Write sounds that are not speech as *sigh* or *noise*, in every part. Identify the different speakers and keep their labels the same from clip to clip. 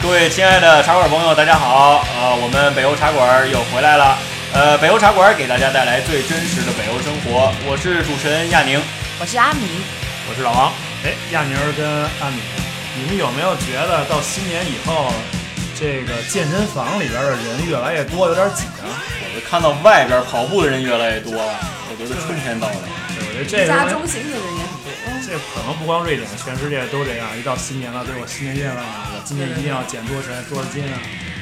Speaker 1: 各位亲爱的茶馆朋友，大家好！呃，我们北欧茶馆又回来了。呃，北欧茶馆给大家带来最真实的北欧生活。我是主持人亚宁，
Speaker 2: 我是阿米，
Speaker 3: 我是老王。哎，亚宁儿跟阿米，你们有没有觉得到新年以后，呃这个健身房里边的人越来越哎多，有点挤啊？
Speaker 1: 我就看到外边跑步的人越来越多了，我觉得春天到了。
Speaker 3: 对啊我觉得这个
Speaker 2: 家
Speaker 3: 东
Speaker 2: 中
Speaker 3: 西
Speaker 2: 型的人也很多。
Speaker 3: 这可能不光瑞典，全世界都这样。一到新年了，都有新年愿望啊，我今年一定要减多少多少斤啊，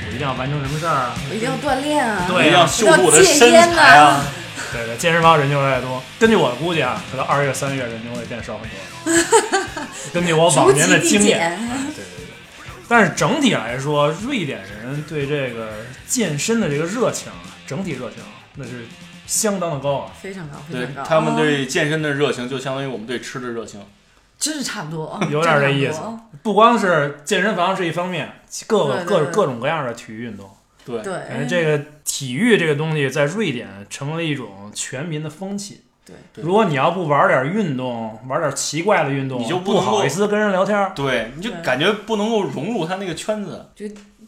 Speaker 3: 我一定要完成什么事儿啊。
Speaker 2: 我一定要锻炼啊！
Speaker 3: 对
Speaker 1: 一定要秀出我的身材啊！
Speaker 3: 对对，健身房人就越来越多。根据我估计啊，可能二月、三月人就会变少很多。
Speaker 2: *laughs*
Speaker 3: 根据我往
Speaker 2: 逐
Speaker 3: 年的
Speaker 2: 级递
Speaker 3: 经验，
Speaker 2: 减，
Speaker 3: 对对对。但是整体来说，瑞典人对这个健身的这个热情啊，整体热情啊那是相当的高啊。
Speaker 2: 非常高，非
Speaker 1: 对
Speaker 2: 常高。
Speaker 1: 他们
Speaker 2: 哦
Speaker 1: 对健身的热情，就相当于我们对吃的热情。
Speaker 2: 真是差不多，
Speaker 3: *laughs*
Speaker 2: 哦
Speaker 3: 有点这
Speaker 2: 真
Speaker 3: 意
Speaker 2: 差
Speaker 3: 思
Speaker 2: 不多。
Speaker 3: 不光是健身房是一方面，各个
Speaker 2: 对对
Speaker 3: 各
Speaker 2: 对
Speaker 3: 各种各样的体育运动，
Speaker 1: 对，
Speaker 3: 感觉
Speaker 2: 哦对，
Speaker 3: 这个体育这个东西在瑞典成了一种全民的风气。
Speaker 2: 对
Speaker 1: 对
Speaker 3: 如果你要不玩点运动，玩点奇怪的运动，
Speaker 1: 你就不
Speaker 3: 不
Speaker 1: 能够
Speaker 3: 好意思跟人聊天儿。
Speaker 1: 对，你就
Speaker 2: 对
Speaker 1: 感觉不能够融入他那个圈子。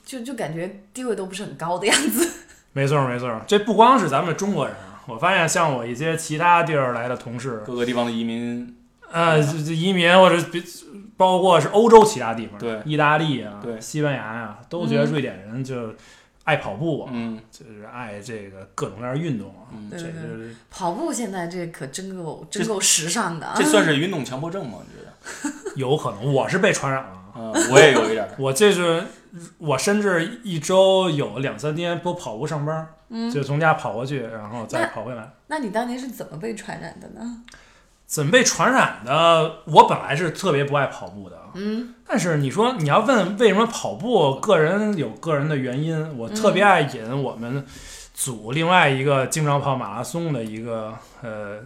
Speaker 2: 就就感觉地位都不是很高的样子。
Speaker 3: 没错儿没错儿，这不光是咱们中国人啊，我发现像我一些其他地儿来的同事，
Speaker 1: 各个地方的移民，
Speaker 3: 呃，这这移民或者比包括是欧洲其他地方，
Speaker 1: 对
Speaker 3: 意大利啊，
Speaker 1: 对
Speaker 3: 西班牙呀、都
Speaker 2: 嗯
Speaker 3: 觉得瑞典人就爱跑步啊，
Speaker 1: 嗯
Speaker 3: 就是爱这个各种各样的运动啊，
Speaker 1: 嗯，
Speaker 2: 对
Speaker 3: 这
Speaker 2: 对对，
Speaker 3: 是
Speaker 2: 跑步现在这可真够
Speaker 1: 这
Speaker 2: 真够时尚的啊
Speaker 1: 这！算是运动强迫症吗？你觉得？
Speaker 3: 有可能我是被传染了啊。
Speaker 1: 嗯，我也有一点
Speaker 3: *laughs*
Speaker 1: 儿。
Speaker 3: 我这是，我甚至一周有两三天不跑步上班儿，
Speaker 2: 嗯
Speaker 3: 就从家跑过去，然后再
Speaker 2: 那
Speaker 3: 跑回来。
Speaker 2: 那你当年是怎么被传染的呢？
Speaker 3: 怎么被传染的？我本来是特别不爱跑步的，
Speaker 2: 嗯，
Speaker 3: 但是你说你要问为什么跑步，个人有个人的原因。我特别爱引我们组另外一个经常跑马拉松的一个呃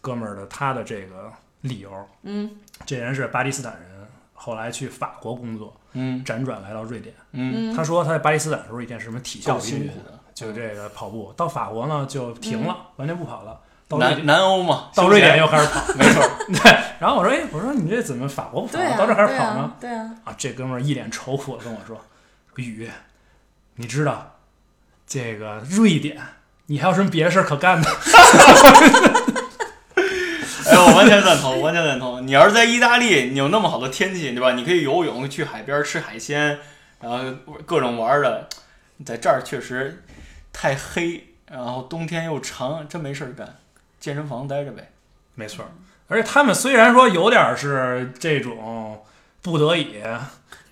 Speaker 3: 哥们儿的他的这个理由。
Speaker 2: 嗯，
Speaker 3: 这人是巴基斯坦人，后来去法国工作，
Speaker 1: 嗯
Speaker 3: 辗转来到瑞典。
Speaker 1: 嗯，
Speaker 3: 他说他在巴基斯坦的时候一天是什么体校
Speaker 1: 够
Speaker 3: 运
Speaker 1: 辛
Speaker 3: 动
Speaker 1: 苦，的。
Speaker 3: 就这个跑步。到法国呢就停
Speaker 2: 嗯
Speaker 3: 了，完全不跑了。到瑞
Speaker 1: 南
Speaker 3: 典
Speaker 1: 南欧嘛，
Speaker 3: 到
Speaker 1: 休
Speaker 3: 瑞
Speaker 1: 闲
Speaker 3: 典又开始跑。
Speaker 1: 没错儿，
Speaker 3: *laughs* 然后我说，哎，我说你这怎么法国不跑，
Speaker 2: 对啊，
Speaker 3: 到这儿开始
Speaker 2: 对
Speaker 3: 跑呢？
Speaker 2: 啊，对啊，
Speaker 3: 啊，这哥们儿一脸愁苦的跟我说：“雨，你知道这个瑞典，你还有什么别的事儿可干的
Speaker 1: *laughs* 哎，我完全赞同，我完全赞同。你要是在意大利，你有那么好的天气，对吧？你可以游泳，去海边儿吃海鲜，然后各种玩儿的。在这儿确实太黑，然后冬天又长，真没事儿干，健身房待着呗。？”
Speaker 3: 没错儿，而且他们虽然说有点儿是这种不得已，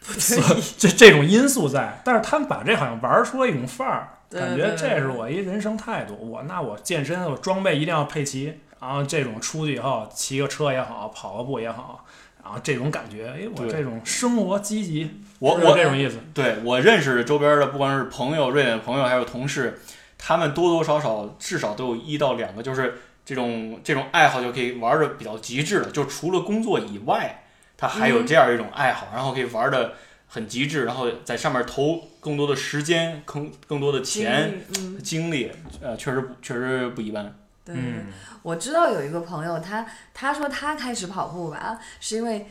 Speaker 2: 不
Speaker 3: *laughs*
Speaker 2: *laughs*
Speaker 3: 所
Speaker 2: 对，
Speaker 3: *laughs* 这这种因素在，但是他们把这好像玩儿出了一种范儿，
Speaker 2: 对
Speaker 3: 感
Speaker 2: 对
Speaker 3: 觉
Speaker 2: 对
Speaker 3: 这是我一人生态度。我那我健身，我装备一定要配齐，然后这种出去以后骑个车也好，跑个步也好，然后这种感觉，哎，我
Speaker 1: 对
Speaker 3: 这种生活积极，
Speaker 1: 我
Speaker 3: 就是
Speaker 1: 我
Speaker 3: 这种意思。
Speaker 1: 对我认识周边的，不管是朋友、瑞典的朋友，还有同事，他们多多少少至少都有一到两个，就是这种这种爱好就可以玩的比较极致了。就除了工作以外，他还有这样一种爱好，然后可以玩的很极致，然后在上面投更多的时间、更更多的钱、
Speaker 2: 经历，嗯，
Speaker 1: 精力，呃，确实不确实不一般。
Speaker 2: 对
Speaker 1: 嗯
Speaker 2: 对。对。我知道有一个朋友，他他说他开始跑步吧，是因为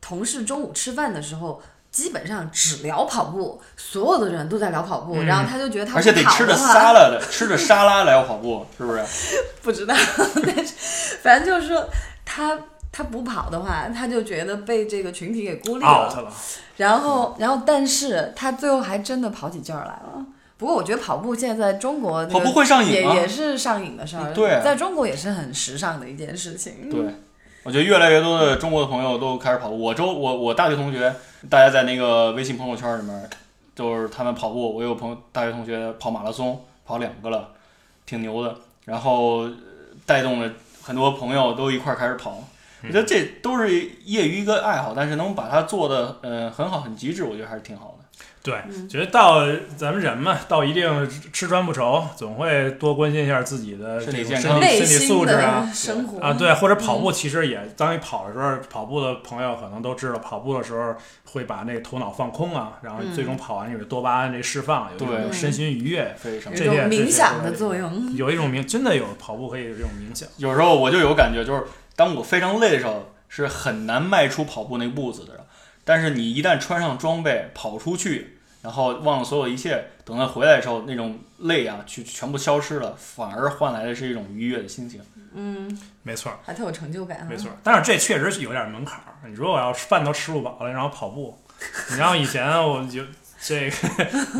Speaker 2: 同事中午吃饭的时候。基本上只聊跑步，所有的人都在聊跑步，
Speaker 3: 嗯
Speaker 2: 然后他就觉得他
Speaker 1: 而且
Speaker 2: 不
Speaker 1: 得
Speaker 2: 跑
Speaker 1: 吃
Speaker 2: 的
Speaker 1: 着
Speaker 2: 话
Speaker 1: 沙拉的，吃着沙拉来跑步，是不
Speaker 2: *laughs*
Speaker 1: 是？
Speaker 2: 不知道，但是反正就是说他他不跑的话，他就觉得被这个群体给孤立了。
Speaker 1: 哦
Speaker 3: out 了。
Speaker 2: 然后然后，但是他最后还真的跑起劲儿来了。不过我觉得跑步现在在中国、这
Speaker 1: 跑
Speaker 2: 个、
Speaker 1: 步会上瘾啊
Speaker 2: 也
Speaker 1: 吗？
Speaker 2: 也是上瘾的事儿，
Speaker 1: 对
Speaker 2: 在中国也是很时尚的一件事情。
Speaker 1: 对，我觉得越来越多的中国的朋友都开始跑步。我周我我大学同学，大家在那个微信朋友圈里面，就是他们跑步。我有朋友大学同学跑马拉松，跑两个了，挺牛的。然后呃带动了很多朋友都一块儿开始跑。我觉得这都是业余一个爱好，但是能把它做的呃很好很极致，我觉得还是挺好的。
Speaker 3: 对，
Speaker 2: 嗯
Speaker 3: 觉得到咱们人嘛，到一定吃穿不愁，总会多关心一下自己的这
Speaker 1: 身体
Speaker 3: 种身体
Speaker 1: 健康
Speaker 3: 身
Speaker 2: 内
Speaker 3: 体素
Speaker 2: 心
Speaker 3: 质啊
Speaker 2: 的 *laughs* 生活
Speaker 3: 啊，对，或者跑步，其实也，当你跑的时候，跑步的朋友可能都知道，跑步的时候会把那个头脑放空啊，然后
Speaker 2: 嗯
Speaker 3: 最终跑完有多巴胺这释放，有一
Speaker 1: 对
Speaker 3: 种身心愉悦，
Speaker 1: 非常
Speaker 2: 有。
Speaker 3: 这
Speaker 2: 一
Speaker 3: 些
Speaker 2: 种
Speaker 3: 这些
Speaker 2: 冥想
Speaker 3: 都
Speaker 2: 的
Speaker 3: 是
Speaker 2: 作用。
Speaker 3: 有一种冥，真的有跑步可以有这种冥想。
Speaker 1: 有时候我就有感觉，就是当我非常累的时候，是很难迈出跑步那步子的。但是你一旦穿上装备跑出去，然后忘了所有一切。等他回来的时候，那种累啊，去全部消失了，反而换来的是一种愉悦的心情。
Speaker 2: 嗯，
Speaker 3: 没错儿，
Speaker 2: 还特有成就感、啊。
Speaker 3: 没错儿。但是这确实是有点门槛儿。你如果要是饭都吃不饱了，然后跑步，你像以前啊我就这个，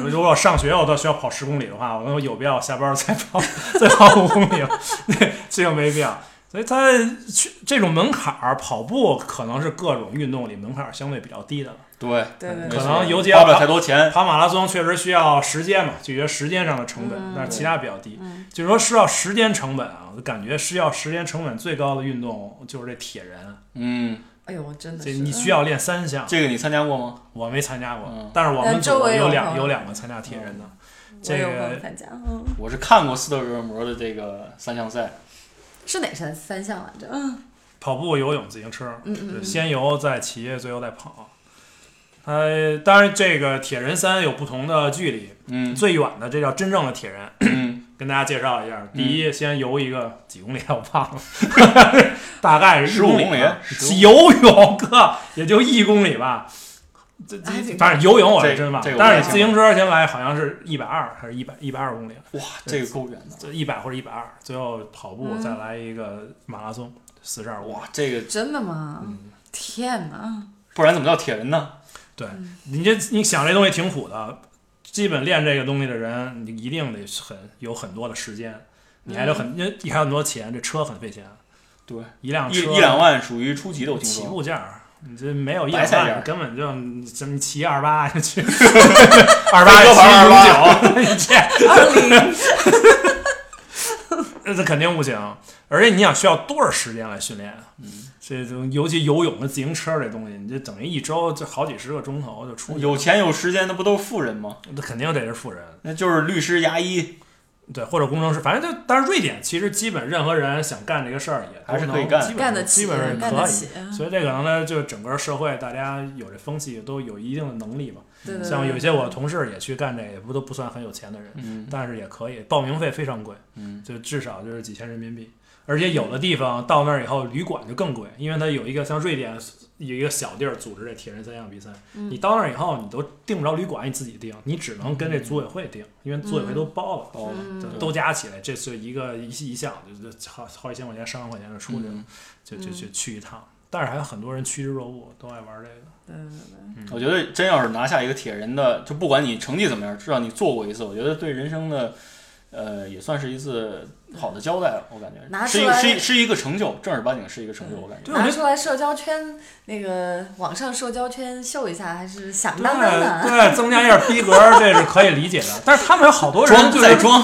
Speaker 3: 如果我上学我到学校跑十公里的话，我有必要下班儿再跑 *laughs* 再跑五公里吗？ *laughs* 这个没必要。所以它去这种门槛儿，跑步可能是各种运动里门槛儿相对比较低的了。
Speaker 1: 对，
Speaker 2: 对对
Speaker 1: 没
Speaker 2: 对
Speaker 1: 错
Speaker 3: 可能尤其要
Speaker 1: 花不了太多钱。
Speaker 3: 跑马拉松确实需要时间嘛，解决时间上的成本，
Speaker 2: 嗯
Speaker 3: 但是其他比较低。
Speaker 2: 嗯
Speaker 3: 就是说需要时间成本啊，我感觉需要时间成本最高的运动就是这铁人，
Speaker 1: 嗯，
Speaker 2: 哎呦，真的
Speaker 3: 这
Speaker 2: 是。
Speaker 3: 你需要练三项，
Speaker 1: 这个你参加过吗？
Speaker 3: 我没参加过，
Speaker 1: 嗯
Speaker 3: 但是我们
Speaker 2: 但周
Speaker 3: 组
Speaker 2: 围有
Speaker 3: 有两
Speaker 2: 朋友
Speaker 3: 有两个参加铁人的，
Speaker 2: 嗯
Speaker 3: 这
Speaker 2: 我有朋友
Speaker 3: 个
Speaker 2: 参加，嗯，
Speaker 1: 我是看过斯德哥尔摩的这个三项赛，
Speaker 2: 是哪三三项来着？嗯
Speaker 3: 跑步、游泳、自行车，
Speaker 2: 嗯嗯
Speaker 3: 对
Speaker 2: 嗯，
Speaker 3: 先游再骑，最后再跑。呃，当然这个铁人三有不同的距离，
Speaker 1: 嗯
Speaker 3: 最远的这叫真正的铁人，
Speaker 1: 嗯，
Speaker 3: 跟大家介绍一下，第一先游一个几公里，啊我忘了，
Speaker 1: *laughs*
Speaker 3: 大概是一
Speaker 1: 15
Speaker 3: 里吧，
Speaker 1: 公里
Speaker 3: 游泳哥也就一公里吧。
Speaker 2: 哎
Speaker 3: 这这
Speaker 2: 还挺
Speaker 3: 反正游泳我是
Speaker 1: 这
Speaker 3: 真忘
Speaker 1: 这
Speaker 3: 了
Speaker 1: 个，我
Speaker 3: 但
Speaker 1: 也
Speaker 3: 是
Speaker 1: 想
Speaker 3: 自行车先来好像是一百二还是一百一百二公里，啊
Speaker 1: 哇，这个够远的。
Speaker 3: 就一百或者一百二，最后跑步再来一个马拉松四十二公里。
Speaker 1: 哇，这个
Speaker 2: 真的吗？
Speaker 3: 嗯，
Speaker 2: 天哪！
Speaker 1: 不然怎么叫铁人呢？
Speaker 3: 对，你这你想这东西挺苦的，基本练这个东西的人，你一定得很有很多的时间，你还得很，因为你还有很多钱，这车很费钱，
Speaker 1: 对，
Speaker 3: 一辆
Speaker 1: 一
Speaker 3: 车
Speaker 1: 一两万属于初级的，我听
Speaker 3: 起
Speaker 1: 说。
Speaker 3: 步价儿，你这没有一
Speaker 1: 白
Speaker 3: 两
Speaker 1: 菜价
Speaker 3: 万，
Speaker 1: 儿
Speaker 3: 你根本就你什么骑二八
Speaker 1: *laughs*
Speaker 3: 就去，二八骑永久，你这
Speaker 2: 二零，
Speaker 3: *laughs* 这肯定不行。而且你想需要多少时间来训练啊？
Speaker 1: 嗯，
Speaker 3: 这种尤其游泳跟自行车这东西，你这等于一周就好几十个钟头就出去，
Speaker 1: 有钱有时间，那不都是富人吗？
Speaker 3: 那肯定得是富人。
Speaker 1: 那就是律师、牙医，
Speaker 3: 对，或者工程师，反正就，但是瑞典其实基本任何人想干这个事儿也都
Speaker 1: 还是可以
Speaker 3: 能
Speaker 1: 干
Speaker 3: 基本
Speaker 2: 干得起
Speaker 3: 基本上
Speaker 2: 干
Speaker 3: 可
Speaker 2: 得
Speaker 3: 以。
Speaker 2: 起嗯
Speaker 3: 所以这可能呢，就是整个社会大家有这风气，都有一定的能力吧。
Speaker 2: 对对对
Speaker 3: 像有些我同事也去干这个，也不都不算很有钱的人，
Speaker 1: 嗯
Speaker 3: 但是也可以，报名费非常贵，
Speaker 1: 嗯，
Speaker 3: 就至少就是几千人民币。而且有的地方到那儿以后，旅馆就更贵，因为它有一个像瑞典有一个小地儿组织这铁人三项比赛，
Speaker 2: 嗯
Speaker 3: 你到那儿以后你都订不着旅馆，你自己订，你只能跟这组委会订，因为组委会都包了，
Speaker 1: 包
Speaker 2: 嗯
Speaker 1: 了，
Speaker 3: 就
Speaker 1: 对
Speaker 3: 都加起来，这是一个一一项，就是好好几千块钱、上万块钱就出去了，
Speaker 1: 嗯
Speaker 3: 就就就去一趟。但是还有很多人趋之若鹜，都爱玩这个。
Speaker 2: 对对对
Speaker 3: 嗯
Speaker 1: 我觉得真要是拿下一个铁人的，就不管你成绩怎么样，至少你做过一次，我觉得对人生的，呃，也算是一次好的交代吧。我感觉
Speaker 2: 拿
Speaker 1: 是
Speaker 2: 出
Speaker 1: 一个
Speaker 2: 来
Speaker 1: 是一是一个成就，正儿八经是一个成就，我感觉。
Speaker 3: 对，我觉
Speaker 2: 拿
Speaker 3: 得
Speaker 2: 出来社交圈那个网上社交圈秀一下，还是响当当
Speaker 3: 对
Speaker 2: 的。
Speaker 3: 对，增加一下逼格，这是可以理解的。但是他们有好
Speaker 2: 嗯
Speaker 3: 多人
Speaker 1: 装
Speaker 3: 就
Speaker 1: 再
Speaker 3: 是
Speaker 1: 装，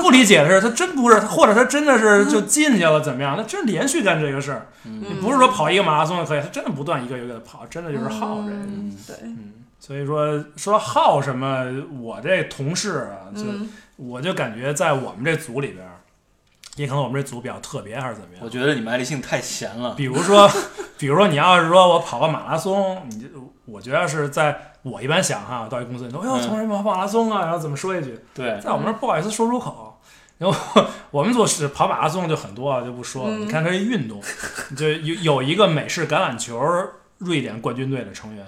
Speaker 3: 不理解的是，他真不是，或者他真的是
Speaker 2: 嗯
Speaker 3: 就进去了怎么样？他真连续干这个事儿，你不是说跑一个马拉松就可以，他真的不断一个一个的跑，真的就是耗这个。
Speaker 2: 嗯对，
Speaker 3: 嗯，所以说说耗什么，我这同事啊，就
Speaker 2: 嗯，
Speaker 3: 我就感觉在我们这组里边儿，也可能我们这组比较特别还是怎么样
Speaker 1: 我。觉得你们爱立信太闲了。
Speaker 3: 比如说， *laughs* 比如说你要是说我跑个马拉松，你就我觉得是在我一般想哈，到一公司你说，哎呦，
Speaker 1: 嗯
Speaker 3: 从什么跑马拉松啊，然后怎么说一句，
Speaker 1: 对，
Speaker 3: 在我们那儿不好意思说出口。然后 *laughs* 我们做是跑马拉松就很多啊，就不说了。
Speaker 2: 嗯
Speaker 3: 你看这运动，就有有一个美式橄榄球瑞典冠军队的成员，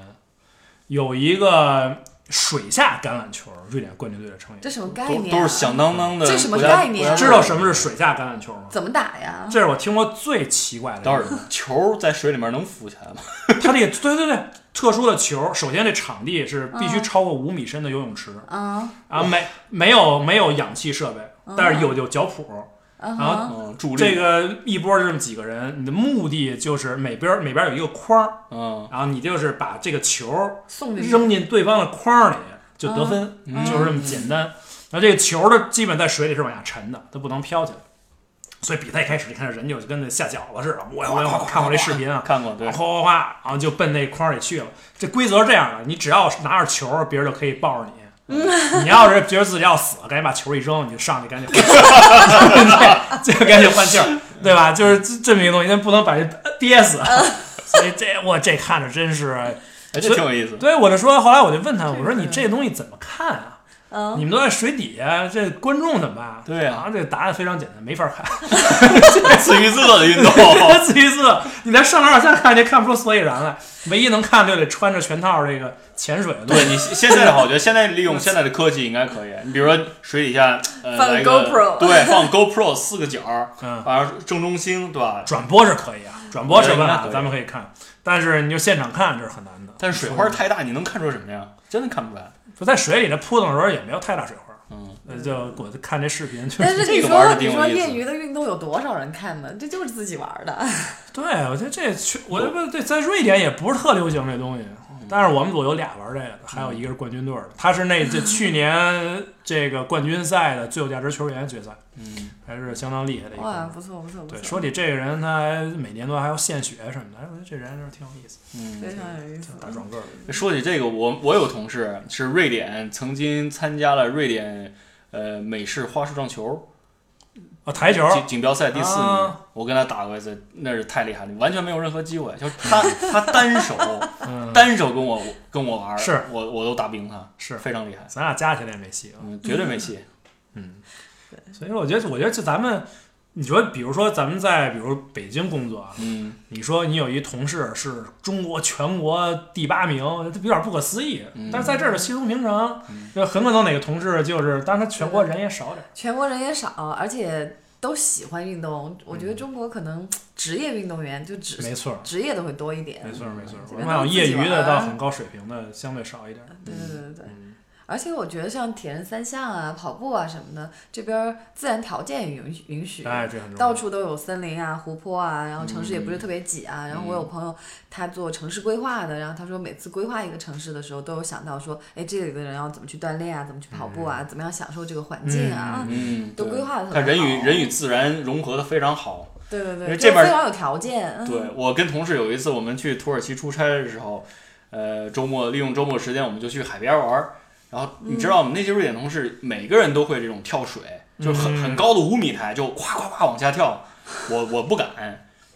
Speaker 3: 有一个水下橄榄球瑞典冠军队的成员
Speaker 2: 这。什么概
Speaker 1: 都
Speaker 2: 念啊？
Speaker 1: 都是响当当的。
Speaker 2: 这什么
Speaker 1: 国家
Speaker 2: 概念啊
Speaker 1: 国家
Speaker 3: 知道什么是水下橄榄球吗？
Speaker 2: 怎么打呀？
Speaker 3: 这是我听过最奇怪的一个。
Speaker 1: 等会儿球在水里面能浮起来吗？
Speaker 3: *laughs* 它这个对对对，特殊的球，首先这场地是必须超过五米深的游泳池
Speaker 2: 啊
Speaker 3: 啊，没没有没有氧气设备，
Speaker 2: 嗯
Speaker 3: 但是有有脚蹼。
Speaker 2: 啊
Speaker 3: 然
Speaker 2: 哈！
Speaker 1: 嗯，助力。
Speaker 3: 这个一波就这么几个人，你的目的就是每边每边有一个框儿，
Speaker 1: 嗯
Speaker 3: 然后你就是把这个球
Speaker 2: 送进去
Speaker 3: 扔进对方的框里就得分，
Speaker 1: 嗯
Speaker 3: 就是这么简单。然后这个球的基本在水里是往下沉的，它不能飘起来。所以比赛一开始，你看人就跟那下饺子似的，我我我看我这视频啊，
Speaker 1: 看过对
Speaker 3: 哗。哗哗，然后就奔那框里去了。这规则是这样的，你只要拿着球，别人就可以抱着你。
Speaker 2: 嗯
Speaker 3: *laughs* 你要是觉得自己要死了，赶紧把球一扔，你就上去赶紧换气儿， *laughs* 对就赶紧换气儿，对吧？就是这这么一个东西，但不能把人憋死。啊
Speaker 2: 嗯
Speaker 3: 所以这我这看着真是，
Speaker 1: 哎，这挺有意思。
Speaker 3: 对我就说，后来我就问他，我说
Speaker 2: 这个
Speaker 3: 你这东西怎么看啊？
Speaker 2: 嗯，
Speaker 3: 你们都在水底下，这观众怎么办？
Speaker 1: 对啊
Speaker 3: 啊，这个答案非常简单，没法看，
Speaker 1: 自娱自乐的运
Speaker 3: *laughs*
Speaker 1: 动。
Speaker 3: 自娱自乐。你在上面往下看，你看不出所以然来，唯一能看就得穿着全套这个潜水的东西。
Speaker 1: 对你现现在的话，我觉得现在利用现在的科技应该可以。你比如说水底下，呃，
Speaker 2: 放个
Speaker 1: 来一个
Speaker 2: GoPro
Speaker 1: 对，放 GoPro 四个角儿，
Speaker 3: 嗯，
Speaker 1: 然后正中心，对吧？
Speaker 3: 转播是可以啊，转播是有
Speaker 1: 对
Speaker 3: 办
Speaker 1: 那
Speaker 3: 法
Speaker 1: 可以
Speaker 3: 咱们可以看，但是你就现场看这是很难的。
Speaker 1: 但是水花太大，你能看出什么呀？真的看不出来。
Speaker 3: 不在水里那扑腾的时候也没有太大水花，
Speaker 1: 嗯，
Speaker 3: 呃，就我就看这视 *laughs* 频就
Speaker 2: 但是你
Speaker 1: 这个玩
Speaker 2: 说
Speaker 1: 儿的挺
Speaker 2: 你
Speaker 1: 有
Speaker 2: 说
Speaker 1: 意思
Speaker 2: 业余的运动有多少人看呢？这就是自己玩儿的。
Speaker 3: 对，我觉得这确，我这不对，在瑞典也不是特流行这东西。但是我们组有俩玩这个的，还有一个是冠军队的，他是那这去年这个冠军赛的最有价值球员决赛，
Speaker 1: 嗯，
Speaker 3: 还是相当厉害的一个
Speaker 2: 哇，
Speaker 3: 人。
Speaker 2: 不错不错不
Speaker 3: 对，
Speaker 2: 错，
Speaker 3: 说起这个人，他还每年都还要献血什么的，哎我觉得这人就是挺有意思，
Speaker 2: 非
Speaker 1: 嗯，
Speaker 2: 常有意思
Speaker 3: 挺。大壮个儿的。
Speaker 1: 说起这个，我我有同事是瑞典，曾经参加了瑞典呃美式花式撞球
Speaker 3: 哦，台球，
Speaker 1: 锦锦标赛第四名，
Speaker 3: 啊
Speaker 1: 我跟他打过一次，那是太厉害了，完全没有任何机会，就是他他单
Speaker 3: *laughs*
Speaker 1: 手
Speaker 3: 嗯，
Speaker 1: 单手跟我跟我玩儿，
Speaker 3: 是
Speaker 1: 我我都打不赢他，
Speaker 3: 是，
Speaker 1: 非常厉害，
Speaker 3: 咱俩加起来也没戏啊。
Speaker 1: 嗯，绝对没戏。
Speaker 3: 嗯，所以说我觉得，我觉得就咱们，你说，比如说咱们在比如北京工作啊，
Speaker 1: 嗯
Speaker 3: 你说你有一同事是中国全国第八名，这有点不可思议。
Speaker 1: 嗯
Speaker 3: 但是在这儿就稀松平常
Speaker 1: 嗯，
Speaker 3: 就很可能哪个同事就是，当然他全国人也少点儿。
Speaker 2: 全国人也少，而且都喜欢运动。我觉得中国可能职业运动员就只
Speaker 3: 没错儿，
Speaker 2: 职业的会多一点。
Speaker 3: 没错儿，
Speaker 1: 嗯
Speaker 3: 没错儿。
Speaker 2: 这
Speaker 3: 我
Speaker 2: 边
Speaker 3: 们
Speaker 2: 都
Speaker 3: 想
Speaker 2: 是自
Speaker 3: 业
Speaker 2: 己
Speaker 3: 余的
Speaker 2: 玩
Speaker 3: 到很高水平的相对少一点儿。
Speaker 2: 对对对对对，
Speaker 3: 嗯，
Speaker 2: 而且我觉得像铁人三项啊、跑步啊什么的，这边儿自然条件也允许允许。
Speaker 3: 哎，这很重
Speaker 2: 到
Speaker 3: 要。
Speaker 2: 处都有森林啊、湖泊啊，然后城市也不是特别挤
Speaker 1: 嗯
Speaker 2: 啊。然后我有朋友他做城市规划的，然后他说每次规划一个城市的时候，都有想到说，哎，这里的人要怎么去锻炼啊，怎么去跑步啊，怎么样享受这个环境啊，
Speaker 1: 嗯，
Speaker 2: 都
Speaker 1: 对
Speaker 2: 规划的
Speaker 1: 他人与人与自然融合的非常好。
Speaker 2: 对对
Speaker 1: 因为
Speaker 2: 对，
Speaker 1: 这
Speaker 2: 就
Speaker 1: 边儿
Speaker 2: 非常有条件。嗯
Speaker 1: 对我跟同事有一次，我们去土耳其出差的时候，呃，周末利用周末时间，我们就去海边玩儿。然后你知道，我们那些瑞典同事每个人都会这种跳水，就是很
Speaker 3: 嗯
Speaker 1: 很高的五米台，就夸夸夸往下跳。我我不敢，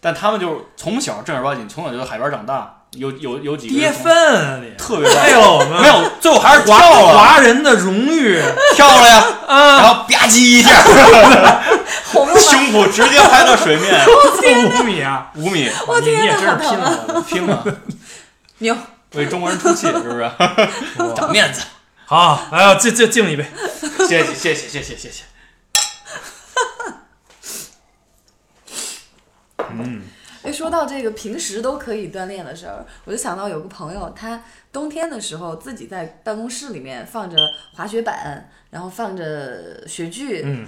Speaker 1: 但他们就是从小正儿八经，从小就在海边长大，有有有几个
Speaker 3: 跌
Speaker 1: 人从
Speaker 3: 份啊
Speaker 1: *laughs*
Speaker 3: 你！
Speaker 1: 特别棒
Speaker 3: 哎，呦，我们
Speaker 1: 没有，最后还是跳啊
Speaker 3: 华
Speaker 1: 了，
Speaker 3: 华人的荣誉，
Speaker 1: 跳了呀，然后吧唧一下，
Speaker 2: *laughs* 红了吗？
Speaker 1: *laughs* 胸部直接拍到水面，
Speaker 3: 五米啊！
Speaker 1: 五米，
Speaker 2: 我
Speaker 3: 你你
Speaker 2: 天
Speaker 3: 也
Speaker 2: 哪，
Speaker 3: 真
Speaker 2: 好
Speaker 3: 是拼
Speaker 2: 疼啊！
Speaker 3: 了，
Speaker 1: 拼了，
Speaker 2: 牛，
Speaker 1: 为中国人出气，是不是？ *laughs* 长面子。
Speaker 3: 好，哎呦，敬敬敬你一杯。
Speaker 1: *laughs* 谢谢谢谢谢谢谢谢。
Speaker 3: 嗯，
Speaker 2: 哎，说到这个平时都可以锻炼的事儿，我就想到有个朋友，他冬天的时候自己在办公室里面放着滑雪板，然后放着雪具，
Speaker 3: 嗯，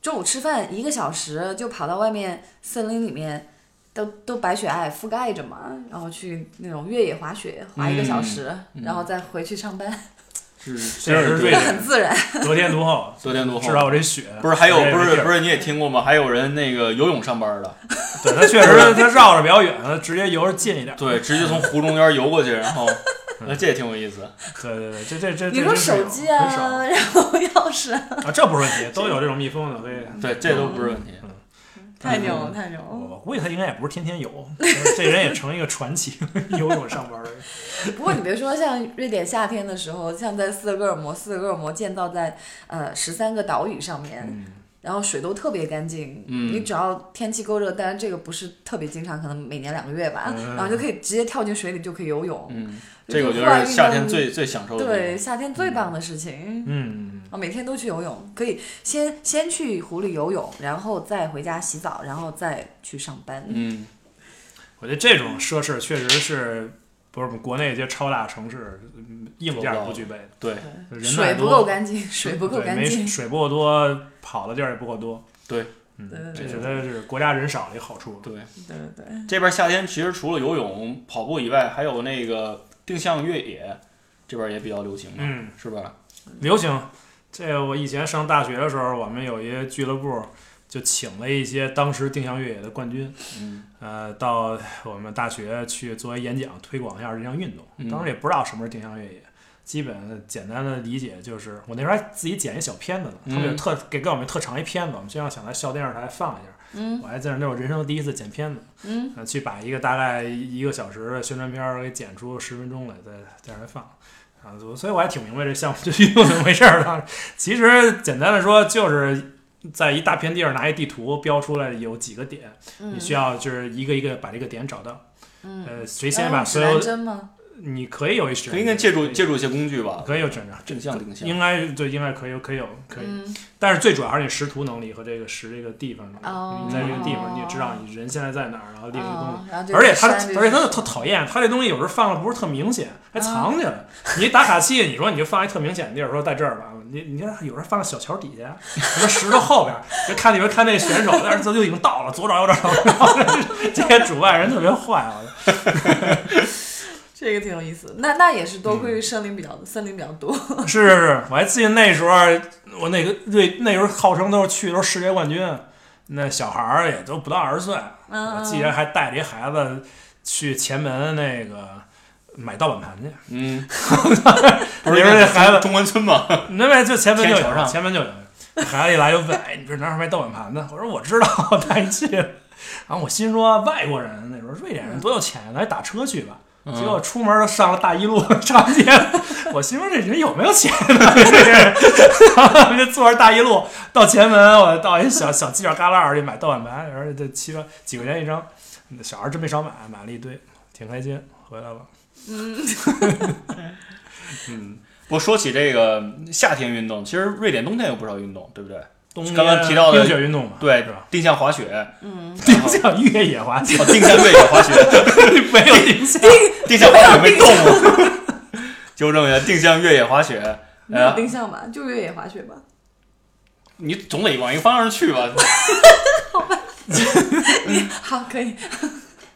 Speaker 2: 中午吃饭一个小时就跑到外面森林里面，都都白雪皑覆盖着嘛，然后去那种越野滑雪，滑一个
Speaker 3: 嗯
Speaker 2: 小时，然后再回去上班，
Speaker 1: 是，
Speaker 3: 这是
Speaker 2: 这
Speaker 3: 瑞典
Speaker 2: 很自然。
Speaker 3: 得天独厚，
Speaker 1: 得天独厚
Speaker 3: 知道我这血
Speaker 1: 不是还有
Speaker 3: 这
Speaker 1: 不
Speaker 3: 这
Speaker 1: 是
Speaker 3: 地儿
Speaker 1: 不是你也听过吗？还有人那个游泳上班的，
Speaker 3: *laughs* 对他确实，他绕着比较远，他直接游着近一点。
Speaker 1: 对，直接从湖中间游过去，
Speaker 3: *laughs*
Speaker 1: 然后那这也挺有意思。
Speaker 3: 对对对，这这这
Speaker 2: 你
Speaker 3: 这
Speaker 2: 说
Speaker 3: 真是有
Speaker 2: 手机啊
Speaker 3: 很少，
Speaker 2: 然后钥匙啊，
Speaker 3: 啊，这不
Speaker 2: *laughs*
Speaker 3: 是问题，都有这种蜜蜂的，所以
Speaker 2: 嗯
Speaker 1: 对，这都不是问题。
Speaker 3: 嗯
Speaker 2: 太牛了，太牛了！
Speaker 3: 我估计他应该也不是天 *laughs* 天游，这人也成一个传奇，游泳上班的人。
Speaker 2: 不过你别说，像瑞典夏天的时候，像在斯德哥尔摩，斯德哥尔摩建造在呃十三个岛屿上面，
Speaker 3: 嗯
Speaker 2: 然后水都特别干净。
Speaker 1: 嗯
Speaker 2: 你只要天气够热，当然这个不是特别经常，可能每年两个月吧，
Speaker 3: 嗯
Speaker 2: 然后就可以直接跳进水里就可以游泳。
Speaker 1: 嗯，这个我觉得是夏天最最享受的地方。
Speaker 2: 对夏天最棒的事情。
Speaker 3: *laughs* 嗯，
Speaker 2: 我每天都去游泳，可以先先去湖里游泳，然后再回家洗澡，然后再去上班。
Speaker 1: 嗯，
Speaker 3: 我觉得这种奢侈确实是。不是我们国内一些超大城市嗯硬件不具备的，
Speaker 1: 对
Speaker 3: 人太
Speaker 2: 水不
Speaker 3: 多
Speaker 2: 够干
Speaker 3: *laughs*
Speaker 2: 净，水不够
Speaker 3: 对
Speaker 2: 干
Speaker 3: 没
Speaker 2: 净。
Speaker 3: 水不够多，跑的地儿也不够多。
Speaker 1: 对，
Speaker 2: 对
Speaker 3: 嗯
Speaker 2: 对，
Speaker 3: 这
Speaker 2: 对
Speaker 3: 觉得是国家人少的一个好处。
Speaker 1: 对，
Speaker 2: 对对对，
Speaker 1: 这边夏天其实除了游泳、跑步以外，还有那个定向越野，这边也比较流行嘛，
Speaker 3: 嗯，
Speaker 1: 是吧？
Speaker 3: 流行。这我以前上大学的时候，我们有一俱乐部就请了一些当时定向越野的冠军，
Speaker 1: 嗯
Speaker 3: 呃，到我们大学去作为演讲推广一下这项运
Speaker 1: 嗯
Speaker 3: 动。当时也不知道什么是定向越野，基本简单的理解就是，我那时候还自己剪一小片子呢，他们有
Speaker 1: 嗯
Speaker 3: 特给给我们特长一片子，我们就让想在校电视台放一下。
Speaker 2: 嗯
Speaker 3: 我还在那是我人生第一次剪片子，
Speaker 2: 嗯，
Speaker 3: 呃，去把一个大概一个小时的宣传片儿给剪出十分钟来，再在那儿放。啊，所所以我还挺明白这项目这运动怎么回事儿的。 *laughs* 其实简单的说，就是在一大片地儿拿一地图标出来有几个点，你需要就是一个一个把这个点找到。
Speaker 2: 嗯
Speaker 3: 呃，谁先把所
Speaker 2: 哎
Speaker 3: 有
Speaker 2: 指南针吗？
Speaker 3: 你可以有一选，
Speaker 1: 应该借助借助一些工具吧，
Speaker 3: 可以有选择，
Speaker 1: 正向定向。
Speaker 3: 应该对，应该可以有，可以有，可以。
Speaker 2: 嗯
Speaker 3: 但是最主要还是你识图能力和这个识这个地方能力。
Speaker 2: 哦
Speaker 3: 你在这个地方，你也知道你人现在在哪儿，然后列这个东西。
Speaker 2: 哦然后就
Speaker 3: 而且它，
Speaker 2: 山里
Speaker 3: 而且它特讨厌，它这东西有时候放的不是特明显，
Speaker 2: 啊
Speaker 3: 还藏起来。你一打卡器，你说你就放一特明显的地儿，说在这儿吧，你你看有时候放小桥底下，什么石头后边，就看里边看那选手，但是这就已经到了，左找右找，然后这些主办人特别坏啊。
Speaker 2: 这个挺有意思，那那也是多亏于森林比较、森林比较多，
Speaker 3: 是是是，我还记得那时候我那个瑞那时候号称都是去都是世界冠军，那小孩儿也都不到二十岁，
Speaker 2: 嗯
Speaker 1: 啊
Speaker 3: 我记
Speaker 2: *laughs*
Speaker 3: 得还带着一孩子去前门那个买盗版盘去，
Speaker 1: 嗯， *laughs* 不是
Speaker 3: 你说这孩子
Speaker 1: 中关村吗？ *laughs*
Speaker 3: 那边就前门就
Speaker 1: 天桥
Speaker 3: 有，
Speaker 1: 上
Speaker 3: 前门就有，孩子一来就问，哎，你这哪儿卖盗版盘的？我说我知道， *laughs* 带你去。然后我心说外国人那时候瑞典人多有钱呀，啊咱打车去吧。
Speaker 1: 嗯
Speaker 3: 结果出门上了大一路上街，我心说这人有没有钱呢？ *laughs* 然后就坐着大一路到前门，我到一小小犄角旮旯儿去买盗版盘，然后这七八几块钱一张，小孩儿真没少买，买了一堆，挺开心。回来了，
Speaker 1: 不过说起这个夏天运动，其实瑞典冬天有不少运动，对不对？
Speaker 3: 冬天
Speaker 1: 刚刚提到的
Speaker 3: 冰雪运动嘛，
Speaker 1: 对
Speaker 3: 是吧？，
Speaker 1: 定向滑雪，
Speaker 3: 定向越野滑雪，
Speaker 1: 哦，定向越野滑雪，
Speaker 3: 没有定向，
Speaker 1: 定向滑雪没动物。 *laughs* 纠正一下，定向越野滑雪，
Speaker 2: 没有
Speaker 1: 呃，
Speaker 2: 定向吧，就越野滑雪吧。
Speaker 1: 你总得往一个方向去吧。
Speaker 2: 好，可以。